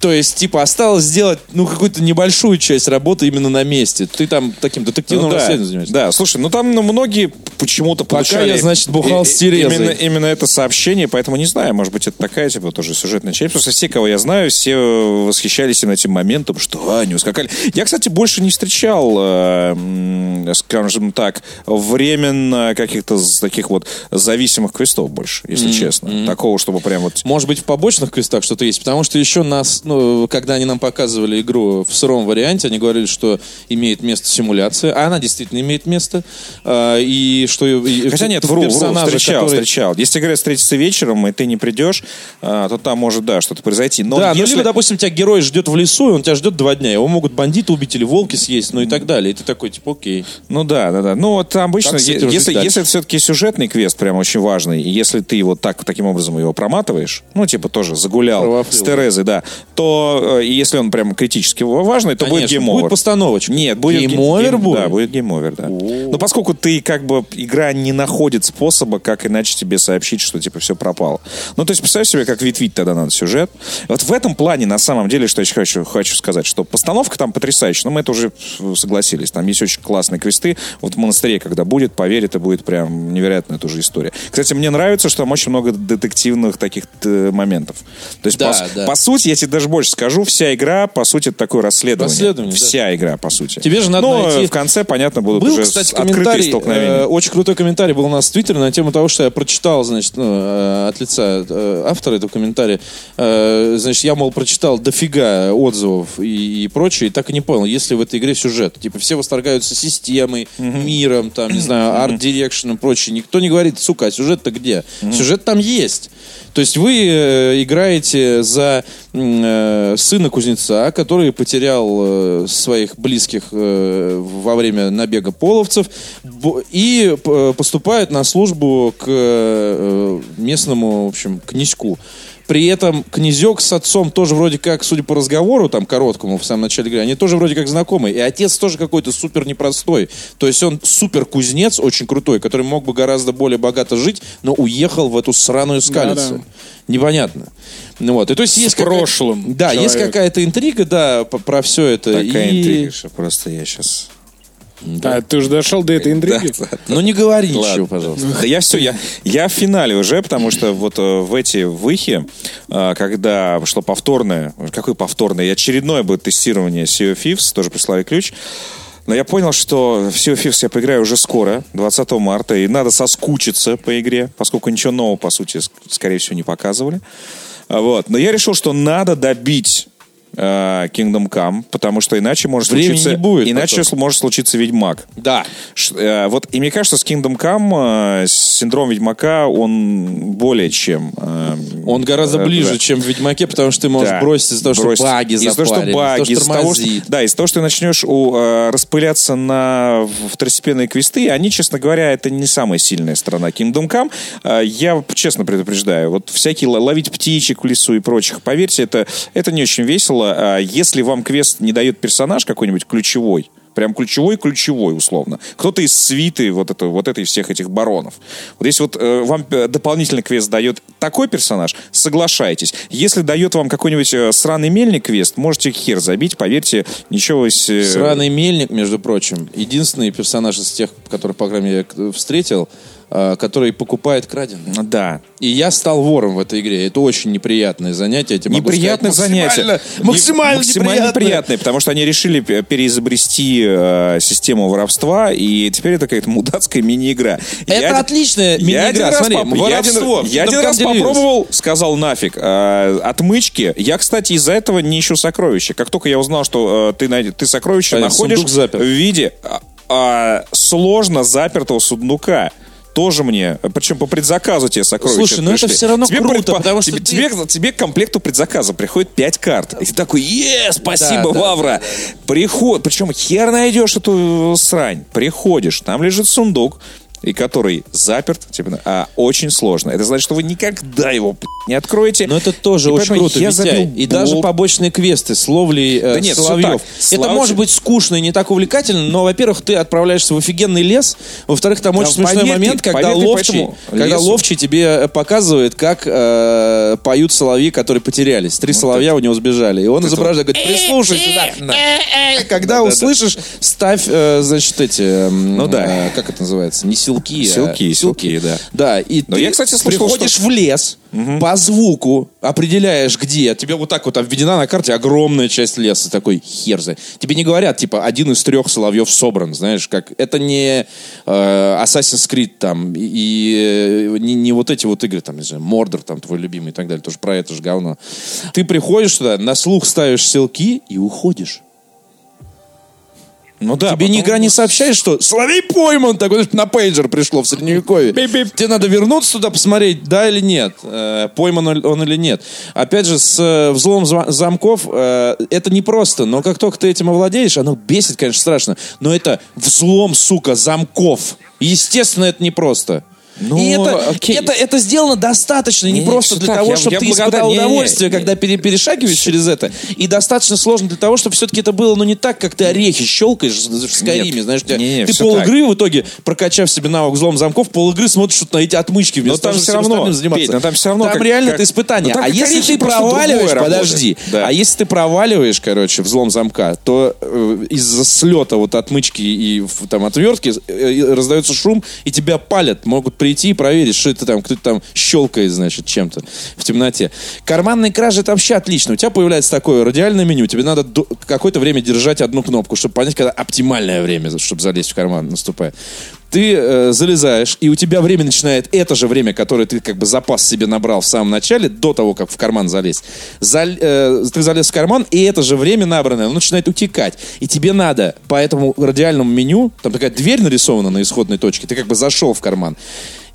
A: То есть, типа, осталось сделать, ну, какую-то небольшую часть работы именно на месте. Ты там таким детективным
B: Ну да.
A: расследованием занимаешься.
B: Да, слушай, ну там ну, многие почему-то получали...
A: я, значит, бухал с
B: И- и-
A: Терезой.
B: Именно, именно это сообщение, поэтому не знаю, может быть, это такая, типа, тоже сюжетная часть. Просто все, кого я знаю, все э, восхищались именно этим моментом, что они ускакали. Я, кстати, больше не встречал, э, м, скажем так, временно каких-то з- таких вот зависимых квестов больше, если честно. Такого, чтобы прям вот...
A: Может быть, в побочных квестах что-то есть, потому что еще нас, ну, когда они нам показывали игру в сыром варианте, они говорили, что имеет место симуляция, а она действительно имеет место, а, и что... и-
B: Хотя нет,
A: п-
B: вру, вру,
A: персонажи,
B: встречал,
A: которые-
B: встречал. Если, говорят, встретиться вечером, и ты не придешь, э, то там может, да, что-то произойти. Но
A: Да, ну,
B: если...
A: либо, допустим, тебя герой ждет в лесу, и он тебя ждет два дня, его могут бандиты убить или волки съесть, ну и так далее, и ты такой, типа, окей.
B: Ну да, да, да. Ну вот там обычно,
A: Как с
B: е-
A: этим жить
B: если,
A: дальше?
B: если это все-таки сюжетный квест, прям очень важный, и если ты его так, таким образом его проматываешь, ну типа тоже загулял
A: Провафлил.
B: с Терезой, да, то э, и если он прям критически ва- важный, то будет
A: Конечно,
B: гейм-овер.
A: будет постановочка.
B: Нет, будет ге-
A: Гейм-овер
B: гейм-
A: будет?
B: Да, будет гейм-овер, да. Но поскольку ты как бы, игра не находит способа, как иначе тебе сообщить, что типа все пропало. Ну то есть представь себе, как ветвить тогда надо сюжет. Вот в этом плане, на самом деле, что я еще хочу, хочу сказать, что постановка там потрясающая, но мы это уже э, согласились. Там есть очень классные квесты. Вот в монастыре, когда будет, поверь, это будет прям невероятная тоже история. Кстати, мне нравится, что там очень много детективных таких э, моментов. То есть,
A: Да,
B: по, с-
A: да.
B: по сути, я тебе даже больше скажу, вся игра, по сути, это такое расследование.
A: Расследование, да.
B: Вся игра, по сути.
A: Тебе же надо
B: Но э,
A: найти-
B: в конце, понятно, будут
A: Был,
B: уже
A: кстати,
B: с- открытые
A: комментарий, э,
B: столкновения.
A: очень крутой комментарий был у нас в Твиттере на тему того, что я прочитал, значит, ну, э, от лица э, автора этого комментария. Э, Значит, я, мол, прочитал дофига отзывов и, и прочее, и так и не понял, есть ли в этой игре сюжет. Типа, все восторгаются системой, миром, там, не знаю, арт-дирекшеном и прочее. Никто не говорит, сука, а сюжет-то где? Сюжет там есть. То есть вы э, играете за м, э, сына кузнеца, который потерял э, своих близких э, во время набега половцев бо- и э, поступает на службу к э, местному, в общем, князьку. При этом князек с отцом тоже вроде как, судя по разговору там короткому в самом начале игры, они тоже вроде как знакомы. И отец тоже какой-то супер непростой. То есть он супер кузнец, очень крутой, который мог бы гораздо более богато жить, но уехал в эту сраную скалицу. Непонятно. Ну вот. И то есть есть какая-
C: прошлым
A: Да, есть
C: человека.
A: какая-то интрига, да, п- про все это.
B: Такая
A: И-
B: интрига, что просто я сейчас...
C: А, ты уже дошел до этой интриги?
A: Ну не говори ничего, пожалуйста.
B: Да я все, я, я в финале уже, потому что вот э, в эти выхи, э, когда шло повторное, какое повторное, и очередное будет тестирование Sea of Thieves, тоже прислали ключ, но я понял, что в Sea of Thieves я поиграю уже скоро, 20 марта, и надо соскучиться по игре, поскольку ничего нового, по сути, ск- скорее всего, не показывали. А, Вот. Но я решил, что надо добить э, Kingdom Come, потому что иначе может
A: Времени
B: случиться...
A: не будет
B: иначе
A: потом.
B: может случиться Ведьмак.
A: Да.
B: Ш- э, Вот, и мне кажется, с Kingdom Come э, синдром Ведьмака, он более чем... э,
A: Он гораздо
B: э,
A: ближе,
B: да.
A: чем в Ведьмаке, потому что ты можешь
B: Да.
A: бросить из-за того, что
B: Бросить.
A: баги
B: Из-за того, что
A: запарили,
B: баги,
A: из-за
B: из-за
A: того, что
B: того, что-
A: тормозит.
B: Да, из-за того, что ты начнешь у, э, распыляться на второстепенные квесты, они, честно говоря, это не самая сильная сторона Kingdom Come. Э, Я честно предупреждаю, вот всякие л- ловить птичек в лесу и прочих, поверьте, это, это не очень весело. Э, Если вам квест не дает персонаж какой-нибудь ключевой, Прям ключевой-ключевой, условно. Кто-то из свиты вот, это, вот этой всех этих баронов. Вот если вот э, вам э, дополнительный квест дает такой персонаж, соглашайтесь. Если дает вам какой-нибудь э, сраный мельник квест, можете хер забить, поверьте, ничего из... э,
A: Сраный мельник, между прочим, единственный персонаж из тех, которых, по крайней мере, я к- встретил, а, который покупает краденое.
B: Да.
A: И я стал вором в этой игре. Это очень неприятное занятие. я тебе могу
B: Неприятное
A: сказать, максимально-
B: занятие.
A: Максимально,
B: Не- максимально
A: неприятное.
B: неприятное, потому что они решили пе- переизобрести э, систему воровства, и теперь это какая-то мудацкая мини-игра.
A: Это
B: Я-
A: отличная
B: Я
A: мини-игра.
B: один раз
A: Смотри,
B: поп- я один-
A: воровство.
B: Я один
A: Kingdom
B: раз
A: Come Deliverance.
B: попробовал, сказал нафиг. э, Отмычки. Я, кстати, из-за этого не ищу сокровища. Как только я узнал, что э, ты най- ты сокровища
A: Понятно,
B: находишь
A: сундук запер.
B: в виде а, а, сложно запертого сундука. Тоже мне, причем по предзаказу тебе сокровища.
A: Слушай, ну это
B: пришли.
A: всё равно круто,
B: предпо-
A: потому что
B: тебе,
A: ты-
B: тебе тебе, тебе к комплекту предзаказа приходит 5 карт. И ты такой, е, спасибо,
A: Да, да,
B: Вавра. Приход. Причем хер найдешь эту срань. Приходишь, там лежит сундук. и который заперт, типа, а, очень сложно. Это значит, что вы никогда его б***ь, не откроете.
A: Но это тоже
B: И
A: очень
B: поэтому
A: круто,
B: я
A: Витяй.
B: забил
A: И
B: болт.
A: даже побочные квесты с ловлей э,
B: Да нет, всё
A: соловьев.
B: так.
A: Это
B: Слава
A: может
B: тебе.
A: быть скучно и не так увлекательно, но, во-первых, ты отправляешься в офигенный лес, во-вторых, там очень смешной
B: поверь ты,
A: момент, когда
B: поверь ты
A: ловчий,
B: почему.
A: когда
B: Лесу.
A: ловчий тебе э, показывает, как э, поют соловьи, которые потерялись. Три соловья у него сбежали, и он изображает, говорит, прислушайся,
B: э,
A: да, да». Когда услышишь, ставь, э, значит, эти, ну
B: да.
A: как это называется, не силки, а-
B: Силки, силки, да.
A: да, и
B: Но
A: ты
B: я, кстати, слышал,
A: приходишь в лес по звуку, определяешь где. Тебе вот так вот обведена на карте огромная часть леса. Такой хер знает. Тебе не говорят, типа, один из трех соловьев собран, знаешь, как... Это не э, Assassin's Creed там, и, и, э, не, не вот эти вот игры, там, не знаю, Мордор, там, твой любимый и так далее. Тоже про это же говно. Ты приходишь туда, на слух ставишь силки и уходишь.
B: Ну да.
A: Тебе
B: потом-
A: никогда не сообщает, что Соловей пойман, такой знаешь, на пейджер пришло в средневековье. Тебе надо вернуться туда, посмотреть, да или нет, э, пойман он- он или нет. Опять же, с э, взломом зва- замков э, это непросто, но как только ты этим овладеешь, оно бесит, конечно, страшно, но это взлом, сука, замков. Естественно, это непросто.
B: Ну,
A: И это,
B: окей.
A: это, это сделано достаточно, не,
B: Не,
A: просто
B: всё
A: для
B: так,
A: того,
B: я-
A: чтобы
B: я
A: ты
B: благодарен-
A: испытал
B: не, не, не.
A: удовольствие, когда пере- перешагиваешь через это. И достаточно сложно для того, чтобы все-таки это было, ну, не так, как ты орехи щелкаешь в Скайриме,
B: Нет.
A: знаешь, у тебя-
B: Не, не,
A: ты
B: всё
A: полигры в итоге, прокачав себе навык взлом замков, полигры смотришь вот на эти отмычки
B: Но
A: вместо того,
B: там
A: чтобы
B: всё
A: всем
B: равно,
A: остальным заниматься.
B: Петь, но там всё равно
A: Там
B: как-
A: реально
B: как-
A: это испытание.
B: Ну, там,
A: а если
B: конечно,
A: ты
B: просто
A: проваливаешь,
B: другое работает.
A: подожди,
B: Да.
A: а если ты проваливаешь, короче, взлом замка, то э, из-за слета вот отмычки и в- там отвертки э, э, раздается шум, и тебя палят. Могут прийти и проверить, что это там, кто-то там щелкает, значит, чем-то в темноте. Карманные кражи это вообще отлично. У тебя появляется такое радиальное меню. Тебе надо до- какое-то время держать одну кнопку, чтобы понять, когда оптимальное время, чтобы залезть в карман наступает. Ты э, залезаешь, и у тебя время начинает это же время, которое ты как бы запас себе набрал в самом начале, до того, как в карман залез. Зал- э, ты залез в карман, и это же время набранное, оно начинает утекать. И тебе надо по этому радиальному меню, там такая дверь нарисована на исходной точке, ты как бы зашел в карман.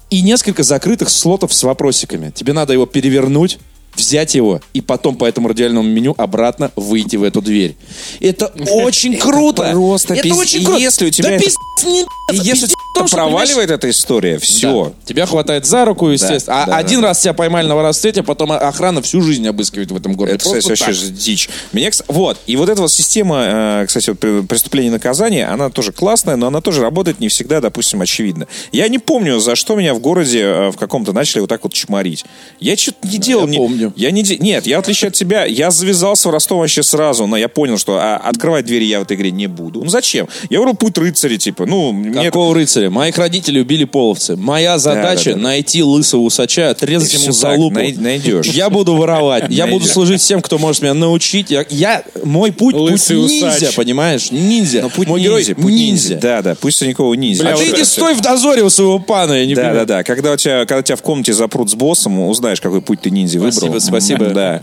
A: И несколько закрытых слотов с вопросиками. Тебе надо его перевернуть, взять его и потом по этому радиальному меню обратно выйти в эту дверь. Это очень круто.
B: просто
A: это
B: пиз-
A: очень
B: и
A: круто.
B: если у тебя
A: да
B: это-
A: пиздец не
B: И Если
A: Пиздец в том,
B: тебя
A: что, понимаешь,
B: проваливает эта история, все.
A: да. Тебя хватает за руку, естественно. а
B: да, да.
A: один раз тебя поймали на воровстве, а потом охрана всю жизнь обыскивает в этом городе.
B: Это, кстати,
A: Просто
B: вообще
A: так.
B: же дичь. Мне, кс- вот. И вот эта вот система, э, кстати, вот пре- преступления и наказания, она тоже классная, но она тоже работает не всегда, допустим, очевидно. Я не помню, за что меня в городе э, в каком-то начали вот так вот чморить. Я что-то не делал.
A: я
B: не-
A: помню.
B: Я не, де- нет, я в отличие от тебя, я завязался в Ростов вообще сразу, но я понял, что а, открывать двери я в этой игре не буду. Ну зачем? Я выбрал путь рыцаря, типа, ну, мне
A: Какого рыцаря? Моих родителей убили половцы. Моя задача
B: да, да.
A: найти лысого усача, отрезать
B: И
A: ему
B: всё
A: за
B: так,
A: лупу.
B: най- найдешь.
A: Я буду воровать. Я буду
B: Найдешь.
A: служить всем, кто может меня научить. Я, я- мой путь, путь
C: Лысый усач.
A: ниндзя, понимаешь? Ниндзя.
B: Но путь
A: мой
B: ниндзя,
A: герой
B: путь ниндзя. Да, да, пусть никого ниндзя.
A: а
C: Бля,
B: А
A: ты
C: вот
B: что
A: иди
B: это?
A: стой в дозоре у своего пана, я не
B: Да,
A: понимаю.
B: да, да. Когда у тебя, когда тебя в комнате запрут с боссом, узнаешь, какой путь ты ниндзя выбрал.
A: Спасибо, спасибо.
B: Да.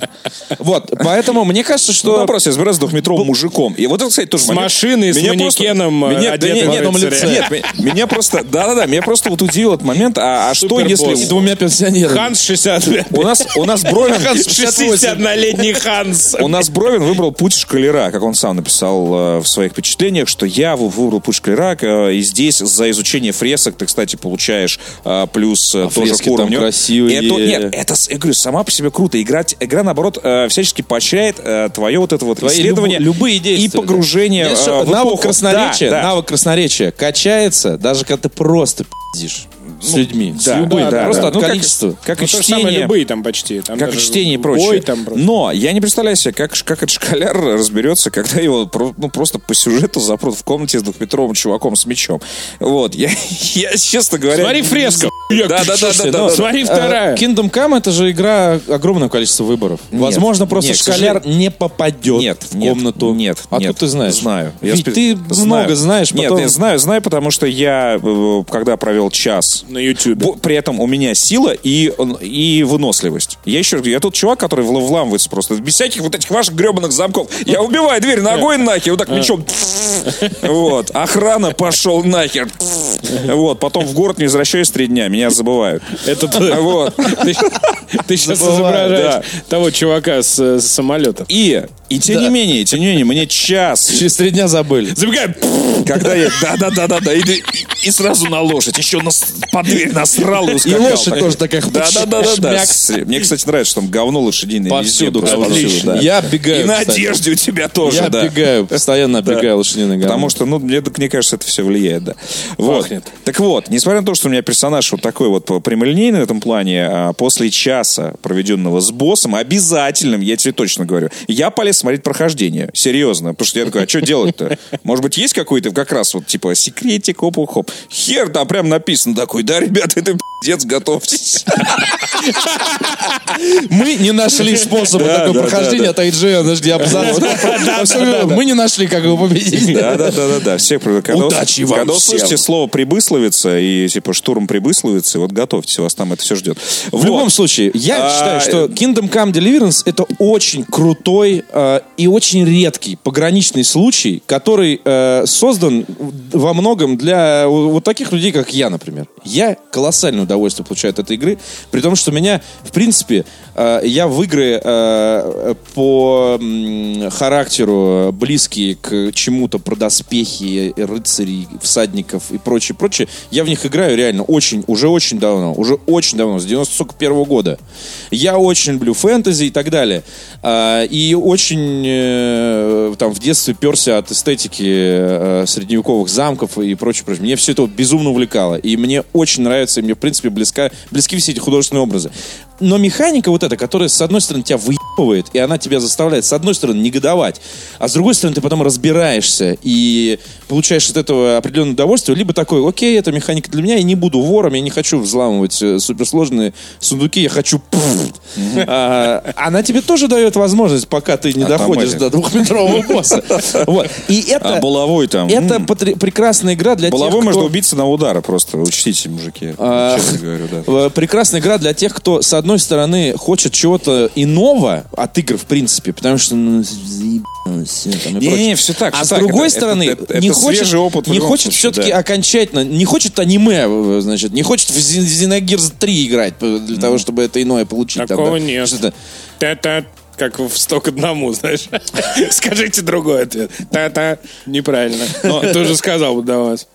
A: Вот, поэтому мне кажется,
B: Ну,
A: что...
B: там просто избираюсь с двухметровым мужиком. И вот это, кстати, тоже
C: С машиной, с манекеном, э,
B: Меня, да
C: одетым
B: нет,
C: в
B: нет,
C: одном лице.
B: нет, ме- меня просто, да-да-да, меня просто вот удивил этот момент, а, а что
C: Супербосс.
B: если...
A: с двумя пенсионерами.
C: Ханс 65.
B: У нас, у нас Бровин...
C: 61-летний Ханс.
B: У нас Бровин выбрал путь шкалера, как он сам написал э, в своих впечатлениях, что я вы- выбрал путь шкалера, э, и здесь за изучение фресок ты, кстати, получаешь э, плюс э, тоже к
A: А фрески там
B: уровню.
A: красивые.
B: Это, нет, это, с- я говорю, сама по себе круто. Играть, игра, наоборот, э, всячески поощряет э, твое вот это вот
A: Твои
B: исследование.
A: люб- любые
B: И
A: действия. да.
B: погружение
A: Знаешь,
B: э,
A: что,
B: в
A: навык
B: эпоху.
A: красноречия,
B: Да, да.
A: навык красноречия качается, даже когда ты просто пиздишь с людьми. с
B: да,
A: любыми.
C: да, да.
A: просто от
B: Ну, как-
A: количества.
B: Как
C: Ну,
B: и
C: то же самое
B: чтение.
C: любые там почти. Там
B: как и
C: даже
B: чтение и
C: бой
B: прочее.
C: там просто.
B: Но я не представляю себе, как, ш- как этот школяр разберется, когда его про- ну, просто по сюжету запрут в комнате с двухметровым чуваком с мечом. Вот, я, я честно говоря...
C: Смотри фреска. б***ь,
B: Да, да, да,
C: слушай,
B: да,
C: ну,
B: да,
C: Смотри
A: Э,
C: вторая.
A: Kingdom Come это же игра огромного количества выборов. Возможно, просто
B: нет, к
A: шкаляр не попадет
B: Нет, А
A: в комнату.
B: Нет, нет,
A: Откуда
B: нет.
A: ты знаешь?
B: Знаю.
A: Ведь
B: спе-
A: ты много знаешь,
B: Нет,
A: потом-
B: я знаю, знаю, потому что я, э, когда провел час месяц.
C: На Ютубе.
B: Бо- При этом у меня сила и, он- и выносливость. Я еще раз говорю, я тот чувак, который вла- вламывается просто. Без всяких вот этих ваших гребаных замков. Я убиваю дверь ногой нахер, вот так
A: Э.
B: мечом. Вот. Охрана пошел нахер. Вот. Потом в город не возвращаюсь три дня, меня забывают.
C: Это ты,
B: Вот.
C: ты сейчас
B: Забываю,
C: изображаешь того чувака с, э, с самолета.
B: И, и тем не менее, тем не менее, мне час
A: Через три дня забыли.
C: Забегаем.
B: Когда я... Да-да-да-да-да. И, ты- и сразу на лошадь. Еще на, с- под дверь насрал и
A: И
B: ускакал.
A: лошадь тоже такая.
B: Да-да-да-да.
A: шмяк.
B: Мне, кстати, нравится, что там говно лошадиное
A: Повсюду,
B: везде просто,
A: повсюду,
B: да.
A: Я бегаю,
B: И на
A: кстати.
B: одежде у тебя тоже,
A: Я
B: да.
A: бегаю, постоянно бегаю лошадиной говно.
B: Потому что, ну, мне, так- мне кажется, это все влияет, да. Вот.
A: Пахнет.
B: Так вот, несмотря на то, что у меня персонаж вот такой вот прямолинейный в этом плане, а, после часа, проведенного с боссом, обязательным, я тебе точно говорю, я полез смотреть прохождение. Серьезно. Потому что я такой, а что делать-то? Может быть, есть какой-то как раз вот типа секретик, оп хоп Хер там прям написано такой, да, ребята, это пиздец, готовьтесь.
A: Мы не нашли способа
B: Да,
A: такого
B: да,
A: прохождения от IGN, подожди, абзац. Мы не нашли, как его победить.
B: Да, да, да, да, да. Всех привыкал.
D: Удачи вам
B: Когда
D: всем.
B: услышите слово прибысловица и типа штурм прибысловицы, вот готовьтесь, вас там это все ждет.
A: В любом случае, я считаю,
B: А,
A: что Kingdom Come Deliverance это очень крутой э, и очень редкий пограничный случай, который э, создан во многом для у- вот таких людей, как я, например. Я колоссальное удовольствие получаю от этой игры, при том, что меня, в принципе, э, я в игры э, по м, характеру близкие к чему-то про доспехи, рыцарей, всадников и прочее, прочее. Я в них играю реально очень, уже очень давно, уже очень давно, с 91 года. Я очень люблю фэнтези и так далее. А, И очень э, там в детстве перся от эстетики э, средневековых замков и прочее, прочее. Мне все это вот безумно увлекало. И мне очень нравится, и мне, в принципе, близка, близки все эти художественные образы. Но механика вот эта, которая, с одной стороны, тебя выебывает, и она тебя заставляет, с одной стороны, негодовать, а с другой стороны, ты потом разбираешься и получаешь от этого определенное удовольствие, либо такой, окей, эта механика для меня, я не буду вором, я не хочу взламывать э, суперсложные сундуки, я хочу... пф». А, Она тебе тоже дает возможность, пока ты не доходишь
B: эти-
A: до двухметрового босса. Вот. И
B: А
A: это...
B: булавой там.
A: Это
B: м,
A: потр- прекрасная игра для
B: Булавой
A: тех,
B: можно
A: кто...
B: убиться на удара просто. Учтите, мужики.
A: А,
B: Честно говорю, да.
A: Э, Прекрасная игра для тех, кто, с одной стороны, хочет чего-то иного от игр, в принципе, потому что, ну, заебалось всё там и
B: Не,
A: прочее.
B: не, всё так,
A: А
B: всё
A: с
B: так.
A: другой
B: Это-
A: стороны,
B: это- это-
A: не
B: это
A: хочет,
B: свежий опыт в
A: не
B: любом
A: хочет
B: случае,
A: все-таки
B: да.
A: окончательно, не хочет аниме, э, значит, не хочет в Зе- Xenogears 3 играть э, для того, чтобы это иное получить. там,
C: Такого
A: да.
C: нет.
A: Что-то.
C: Та-та, как в сто к одному, знаешь. Скажите другой ответ. Та-та, неправильно. Ты уже сказал бы до вас.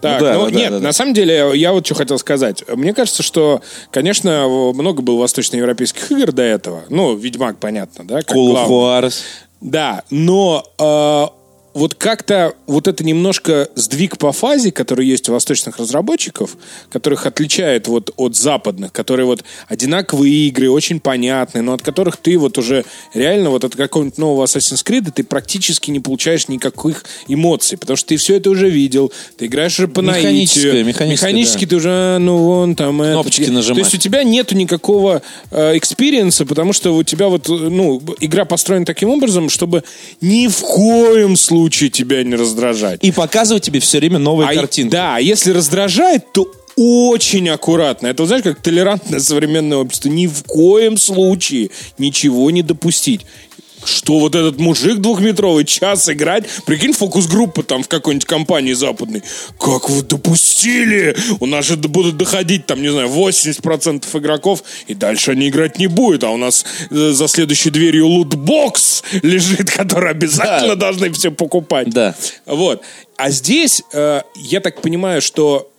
C: Так,
B: да,
C: ну,
B: да, да,
C: нет,
B: да, да.
C: на самом деле, я вот что хотел сказать. Мне кажется, что, конечно, много было восточноевропейских игр до этого. Ну, Ведьмак, понятно, да? как
A: Call of
C: главный.
A: Juarez.
C: Да, но э, вот как-то вот это немножко сдвиг по фазе, который есть у восточных разработчиков, которых отличает вот от западных, которые вот одинаковые игры, очень понятные, но от которых ты вот уже реально вот от какого-нибудь нового Assassin's Creed ты практически не получаешь никаких эмоций, потому что ты все это уже видел, ты играешь уже по
A: Механическое,
C: наитию.
A: механическое,
C: Механически ты уже, ну вон там... это.
A: Кнопочки
C: То
A: нажимаешь.
C: есть у тебя нету никакого э, экспириенса, потому что у тебя вот, э, ну, игра построена таким образом, чтобы ни в коем случае тебя не раздражать.
A: И показывать тебе все время новые
C: А е-
A: картинки.
C: Да, а если раздражает, то очень аккуратно. Это, вот знаешь, как толерантное современное общество. Ни в коем случае ничего не допустить. Что вот этот мужик двухметровый час играть, прикинь, фокус-группа там в какой-нибудь компании западной. Как вы допустили? У нас же будут доходить там, не знаю, 80% игроков, и дальше они играть не будут. А у нас э, за следующей дверью лутбокс лежит, который обязательно должны все покупать.
A: Да.
C: Вот. А здесь, э, я так понимаю, что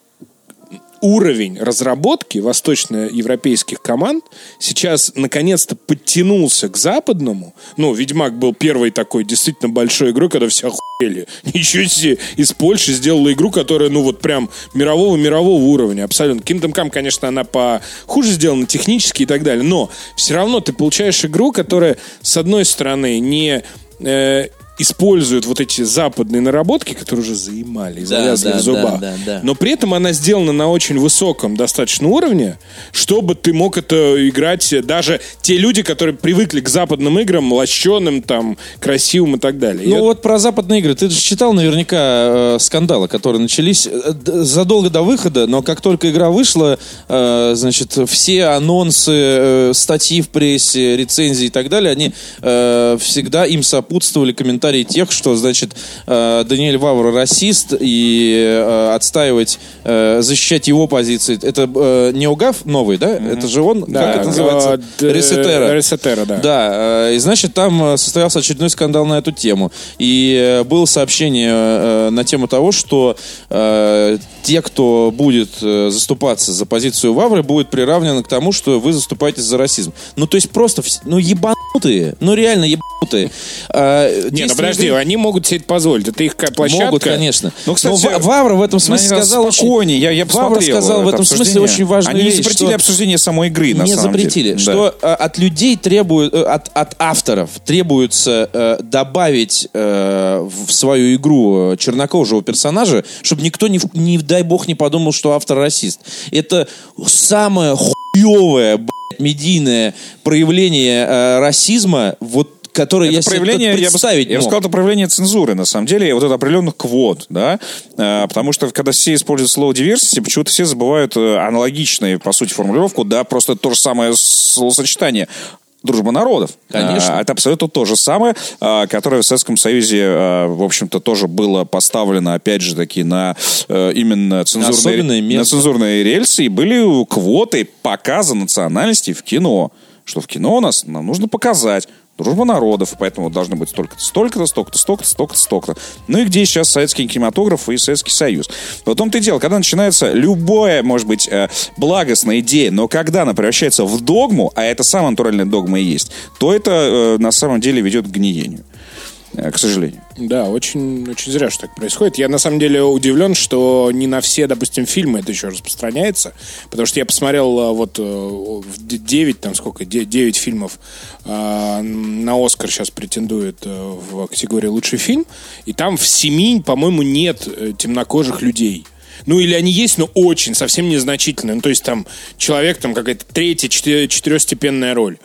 C: уровень разработки восточноевропейских команд сейчас наконец-то подтянулся к западному. Ну, «Ведьмак» был первой такой действительно большой игрой, когда все охуели. Ничего себе, из Польши сделала игру, которая, ну, вот прям мирового-мирового уровня. Абсолютно. Kingdom Come, конечно, она похуже сделана технически и так далее, но все равно ты получаешь игру, которая, с одной стороны, не э, использует вот эти западные наработки, которые уже заимали и
F: Да,
C: завязли
F: да,
C: в зубах.
F: да, да, да.
C: Но при этом она сделана на очень высоком достаточно уровне, чтобы ты мог это играть э, даже те люди, которые привыкли к западным играм, лощеным, там, красивым и так далее.
A: Ну
C: Я-
A: вот про западные игры. Ты же читал наверняка э, скандалы, которые начались э, д- задолго до выхода, но как только игра вышла, э, значит, все анонсы, э, статьи в прессе, рецензии и так далее, они э, всегда им сопутствовали комментарии тех, что, значит, э, Даниэль Вавро расист, и э, отстаивать, э, защищать его позиции. Это э, Неогав новый, да? Это же он,
C: Да,
A: как это называется?
C: э,
A: Ресетера.
C: Ресетера, да.
A: Да, э, и значит, там э, состоялся очередной скандал на эту тему. И э, было сообщение э, на тему того, что э, те, кто будет э, заступаться за позицию Вавры, будет приравнены к тому, что вы заступаетесь за расизм. Ну, то есть просто, вс- ну, ебанутые, ну, реально ебанутые. Э,
C: Не, ну
A: действия
C: подожди,
A: игры
C: они могут себе это позволить. Это их ка- площадка.
A: Могут, конечно.
B: а Ну, кстати,
A: Но Ва- Вавра в этом смысле
B: Наверное,
A: сказал очень-
B: спокойнее. Я, я
A: Вавра
B: посмотрел
A: сказал в
B: это
A: этом смысле
B: обсуждение.
A: очень важную
B: Они
A: вещь,
B: не запретили
A: что-
B: обсуждение самой игры, на
A: не
B: самом деле.
A: запретили,
B: Да.
A: что э, от людей требуют, э, от, от авторов требуется э, добавить э, в свою игру э, чернокожего персонажа, чтобы никто, не, в- не дай бог, не подумал, что автор расист. Это самое хуевое, блядь, медийное проявление э, расизма, вот которое я
B: Это
A: себе
B: проявление,
A: только
B: я бы, с-
A: представить
B: я бы
A: мог.
B: сказал, это проявление цензуры, на самом деле, и вот это определенных квот, да, Э, потому что когда все используют слово диверсити, почему-то все забывают э, аналогичные, по сути, формулировку, да, просто то же самое словосочетание. Дружба народов.
A: Конечно.
B: А, Это абсолютно то же самое, а, которое в Советском Союзе, а, в общем-то, тоже было поставлено, опять же, таки на э, именно
A: особенное
B: цензурные,
A: место.
B: на цензурные рельсы, и были квоты показа национальности в кино. Что в кино у нас нам нужно показать дружба народов, и поэтому вот должно быть столько-то, столько-то, столько-то, столько-то, столько-то, столько-то. Ну и где сейчас советский кинематограф и Советский Союз? В том-то и дело, когда начинается любое, может быть, э, благостная идея, но когда она превращается в догму, а это самая натуральная догма и есть, то это э, на самом деле ведет к гниению. Э, К сожалению.
C: Да, очень, очень зря, что так происходит. Я на самом деле удивлен, что не на все, допустим, фильмы это еще распространяется. Потому что я посмотрел а, вот э, в де- 9, там сколько, де- 9 фильмов а, на Оскар сейчас претендует э, в категории лучший фильм. И там в 7, по-моему, нет э, темнокожих людей. Ну, или они есть, но очень, совсем незначительно. Ну, то есть там человек, там какая-то третья, четы- четырехстепенная роль.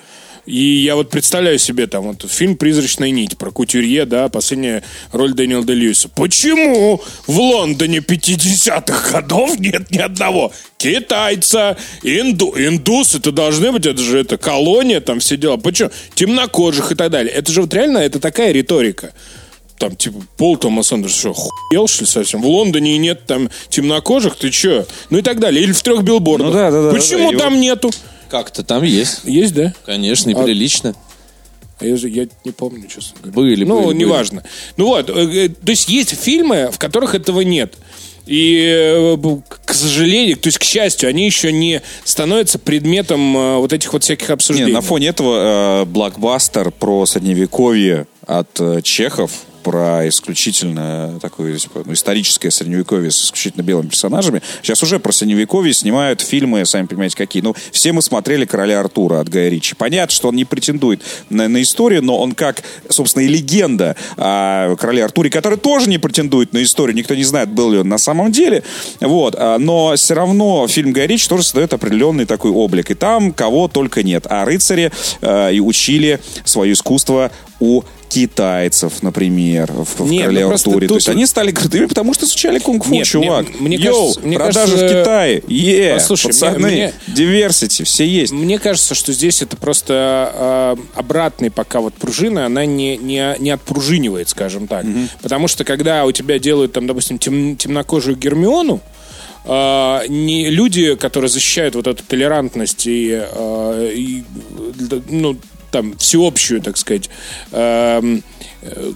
C: И я вот представляю себе там вот фильм «Призрачная нить» про Кутюрье, да, последняя роль Дэниела Де Льюиса. Почему в Лондоне 50-х годов нет ни одного китайца, инду, индусы, это должны быть, это же это колония, там все дела. Почему? Темнокожих и так далее. Это же вот реально, это такая риторика там, типа, Пол Томас Андерс, что, хуел, что ли, совсем? В Лондоне и нет там темнокожих, ты чё? Ну и так далее. Или в трех билбордах.
B: Ну да, да, да,
C: Почему
B: да, и
C: там нету?
A: Как-то там есть.
C: Есть, да?
A: Конечно, и
C: А-
A: прилично.
C: А Я, же- я не помню, честно говоря.
A: Были,
C: Ну,
A: были, были.
C: неважно. Ну вот, э, э, то есть есть фильмы, в которых этого нет. И, э, б- к сожалению, то есть, к счастью, они еще не становятся предметом э, вот этих вот всяких
B: Не,
C: обсуждений.
B: на фоне этого э, блокбастер про средневековье от э, чехов про исключительно такое типа, ну, историческое средневековье с исключительно белыми персонажами. Сейчас уже про средневековье снимают фильмы, сами понимаете, какие. Ну, все мы смотрели «Короля Артура» от Гая Ричи. Понятно, что он не претендует на, на историю, но он как, собственно, и легенда о «Короле Артуре», который тоже не претендует на историю. Никто не знает, был ли он на самом деле. Вот. А, Но все равно фильм Гая Ричи тоже создает определенный такой облик. И там кого только нет. А рыцари э, и учили свое искусство у китайцев, например, в, в
C: Не,
B: «Короле
C: ну просто
B: Артуре». То
C: тут-
B: есть они стали крутыми, потому что изучали кунг-фу,
C: Нет,
B: чувак.
C: мне- мне
B: Йоу,
C: кажется- мне
B: продажи в
C: кажется,
B: Китае. Е,
C: послушай, мне-
B: пацаны,
C: мне-
B: диверсити, все есть.
C: Мне кажется, что здесь это просто э, обратный пока вот пружина, она не, не, не отпружинивает, скажем так. Потому что когда у тебя делают там, допустим, тем- темнокожую Гермиону, э, не, люди, которые защищают вот эту толерантность и, э, и, э, ну, там, всеобщую, так сказать, эм, э,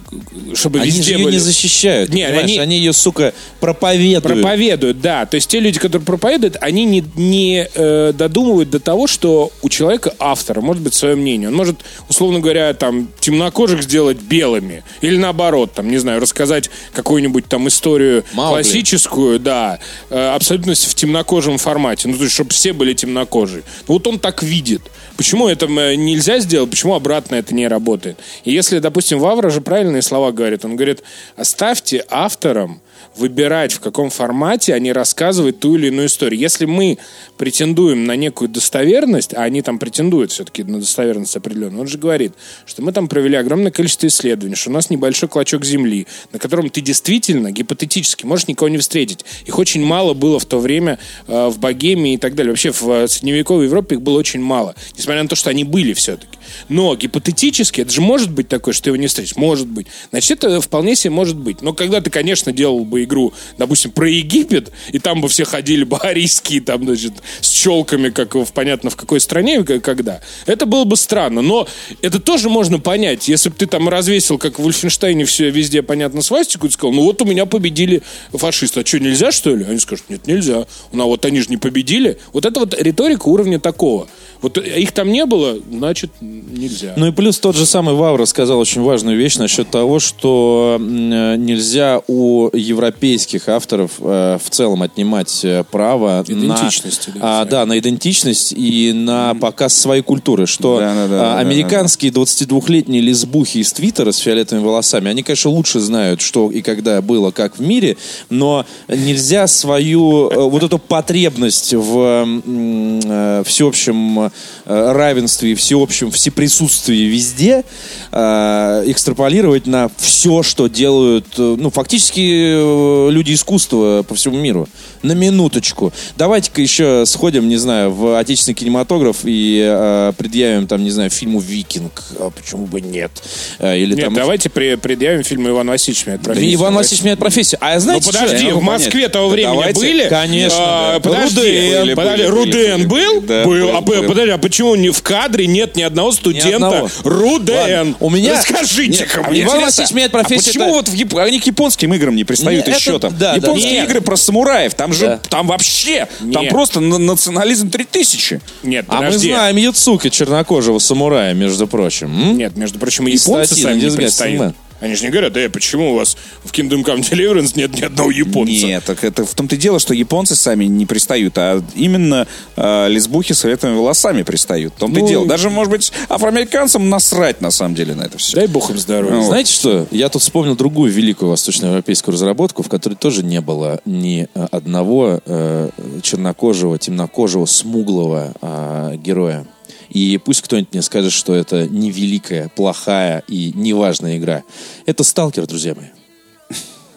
C: чтобы
A: Они
C: везде
A: же ее
C: были...
A: не защищают.
C: Не,
A: понимаешь?
C: они-
A: они ее, сука, проповедуют.
C: Проповедуют, да. То есть те люди, которые проповедуют, они не, не э, додумывают до того, что у человека автора может быть свое мнение. Он может, условно говоря, там темнокожих сделать белыми. Или наоборот, там, не знаю, рассказать какую-нибудь там историю
A: Маугли.
C: классическую, да, э, абсолютно в темнокожем формате. Ну, то есть, чтобы все были темнокожие. Вот Ну, он так видит. Почему это э, нельзя сделать? Почему обратно это не работает? И если, допустим, Вавра же правильные слова говорит, он говорит, оставьте авторам выбирать, в каком формате они рассказывают ту или иную историю. Если мы претендуем на некую достоверность, а они там претендуют все-таки на достоверность а определенную, он же говорит, что мы там провели огромное количество исследований, что у нас небольшой клочок земли, на котором ты действительно, гипотетически, можешь никого не встретить. Их очень мало было в то время э, в Богемии и так далее. Вообще в э, средневековой Европе их было очень мало, несмотря на то, что они были все-таки. Но гипотетически это же может быть такое, что ты его не встретишь. Может быть. Значит, это вполне себе может быть. Но когда ты, конечно, делал бы игру, допустим, про Египет, и там бы все ходили бы арийские, там, значит, с челками, как в- понятно, в какой стране и к- когда, это было бы странно. Но это тоже можно понять. Если бы ты там развесил, как в Ульфенштейне, все везде, понятно, свастику, и сказал, ну вот у меня победили фашисты. А что, нельзя, что ли? Они скажут, нет, нельзя. Ну а вот они же не победили. Вот это вот риторика уровня такого. Вот их там не было, значит, нельзя.
A: Ну и плюс тот же самый Вавра сказал очень важную вещь насчет того, что м, э, нельзя у европейских авторов э, в целом отнимать э, право
C: Идентичности,
A: на,
C: да,
A: а, да, на идентичность и на показ своей культуры, что
B: Да, да, да,
A: а,
B: да, да,
A: американские 22-летние лесбухи из Твиттера с фиолетовыми волосами, они, конечно, лучше знают, что и когда было, как в мире, но нельзя свою э, вот эту потребность в м, э, всеобщем э, равенстве и всеобщем всеприсутствии везде э, экстраполировать на все, что делают, э, ну, фактически э, люди искусства по всему миру. На минуточку. Давайте-ка еще сходим, не знаю, в отечественный кинематограф и э, предъявим там, не знаю, фильму «Викинг». А почему бы нет? Э, или
C: Нет,
A: там...
C: давайте при- предъявим фильм Иван Васильевич меняет
A: Да
C: профессию».
A: Иван Васильевич меняет профессию. А
C: Ну
A: знаете что?
C: подожди,
A: Ну,
C: в Москве
B: понятно.
C: того времени
B: Давайте.
C: были?
A: Конечно,
C: А,
A: да.
C: Подожди,
B: Руден были,
C: подожди,
B: были,
C: Руден
B: были,
C: был?
B: были. Да,
C: был. А,
B: был,
C: по-
B: был.
C: подожди, а почему не в кадре нет ни одного студента?
A: одного.
C: Руден.
A: Ладно, у меня- Нет,
C: Расскажите-ка
A: а Иван
C: мне. интересно.
A: Васильевич меняет профессию,
B: А почему
A: да.
B: вот в Яп- они к японским играм не пристают
A: Не,
B: еще
A: это-
B: там?
A: да, да.
B: Японские
A: Нет.
B: игры про самураев, там же,
A: Да.
B: там вообще, там
C: Нет.
B: просто на- национализм 3000.
C: Нет,
A: А мы
C: подожди.
A: знаем Яцука, чернокожего самурая, между прочим. М?
C: Нет, между прочим, и японцы
A: статьи на
C: сами не
A: Disgusting Man.
C: пристают. Они же не говорят, э, почему у вас в Kingdom Come Deliverance нет ни одного японца?
B: Нет, так это в том-то и дело, что японцы сами не пристают, а именно э, лесбухи с советовыми волосами пристают. В том-то
C: Ну,
B: и дело. Даже, может быть, афроамериканцам насрать на самом деле на это все.
C: Дай бог им здоровья.
B: Ну,
A: Знаете что? Я тут вспомнил другую великую восточноевропейскую разработку, в которой тоже не было ни э, одного э, чернокожего, темнокожего, смуглого э, героя. И пусть кто-нибудь мне скажет, что это не великая, плохая и неважная игра. Это сталкер, друзья мои.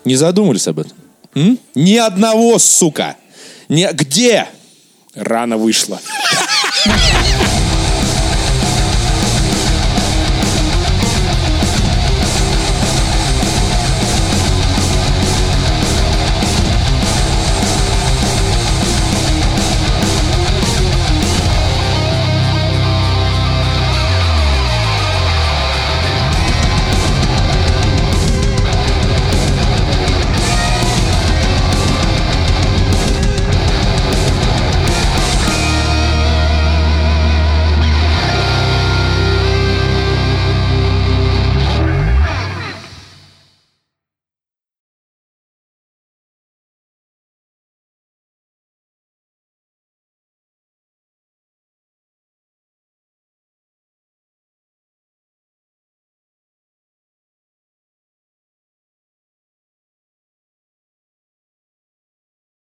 A: Не задумывались об этом? М? Ни одного, сука! Ни... Где?
C: Рано вышло.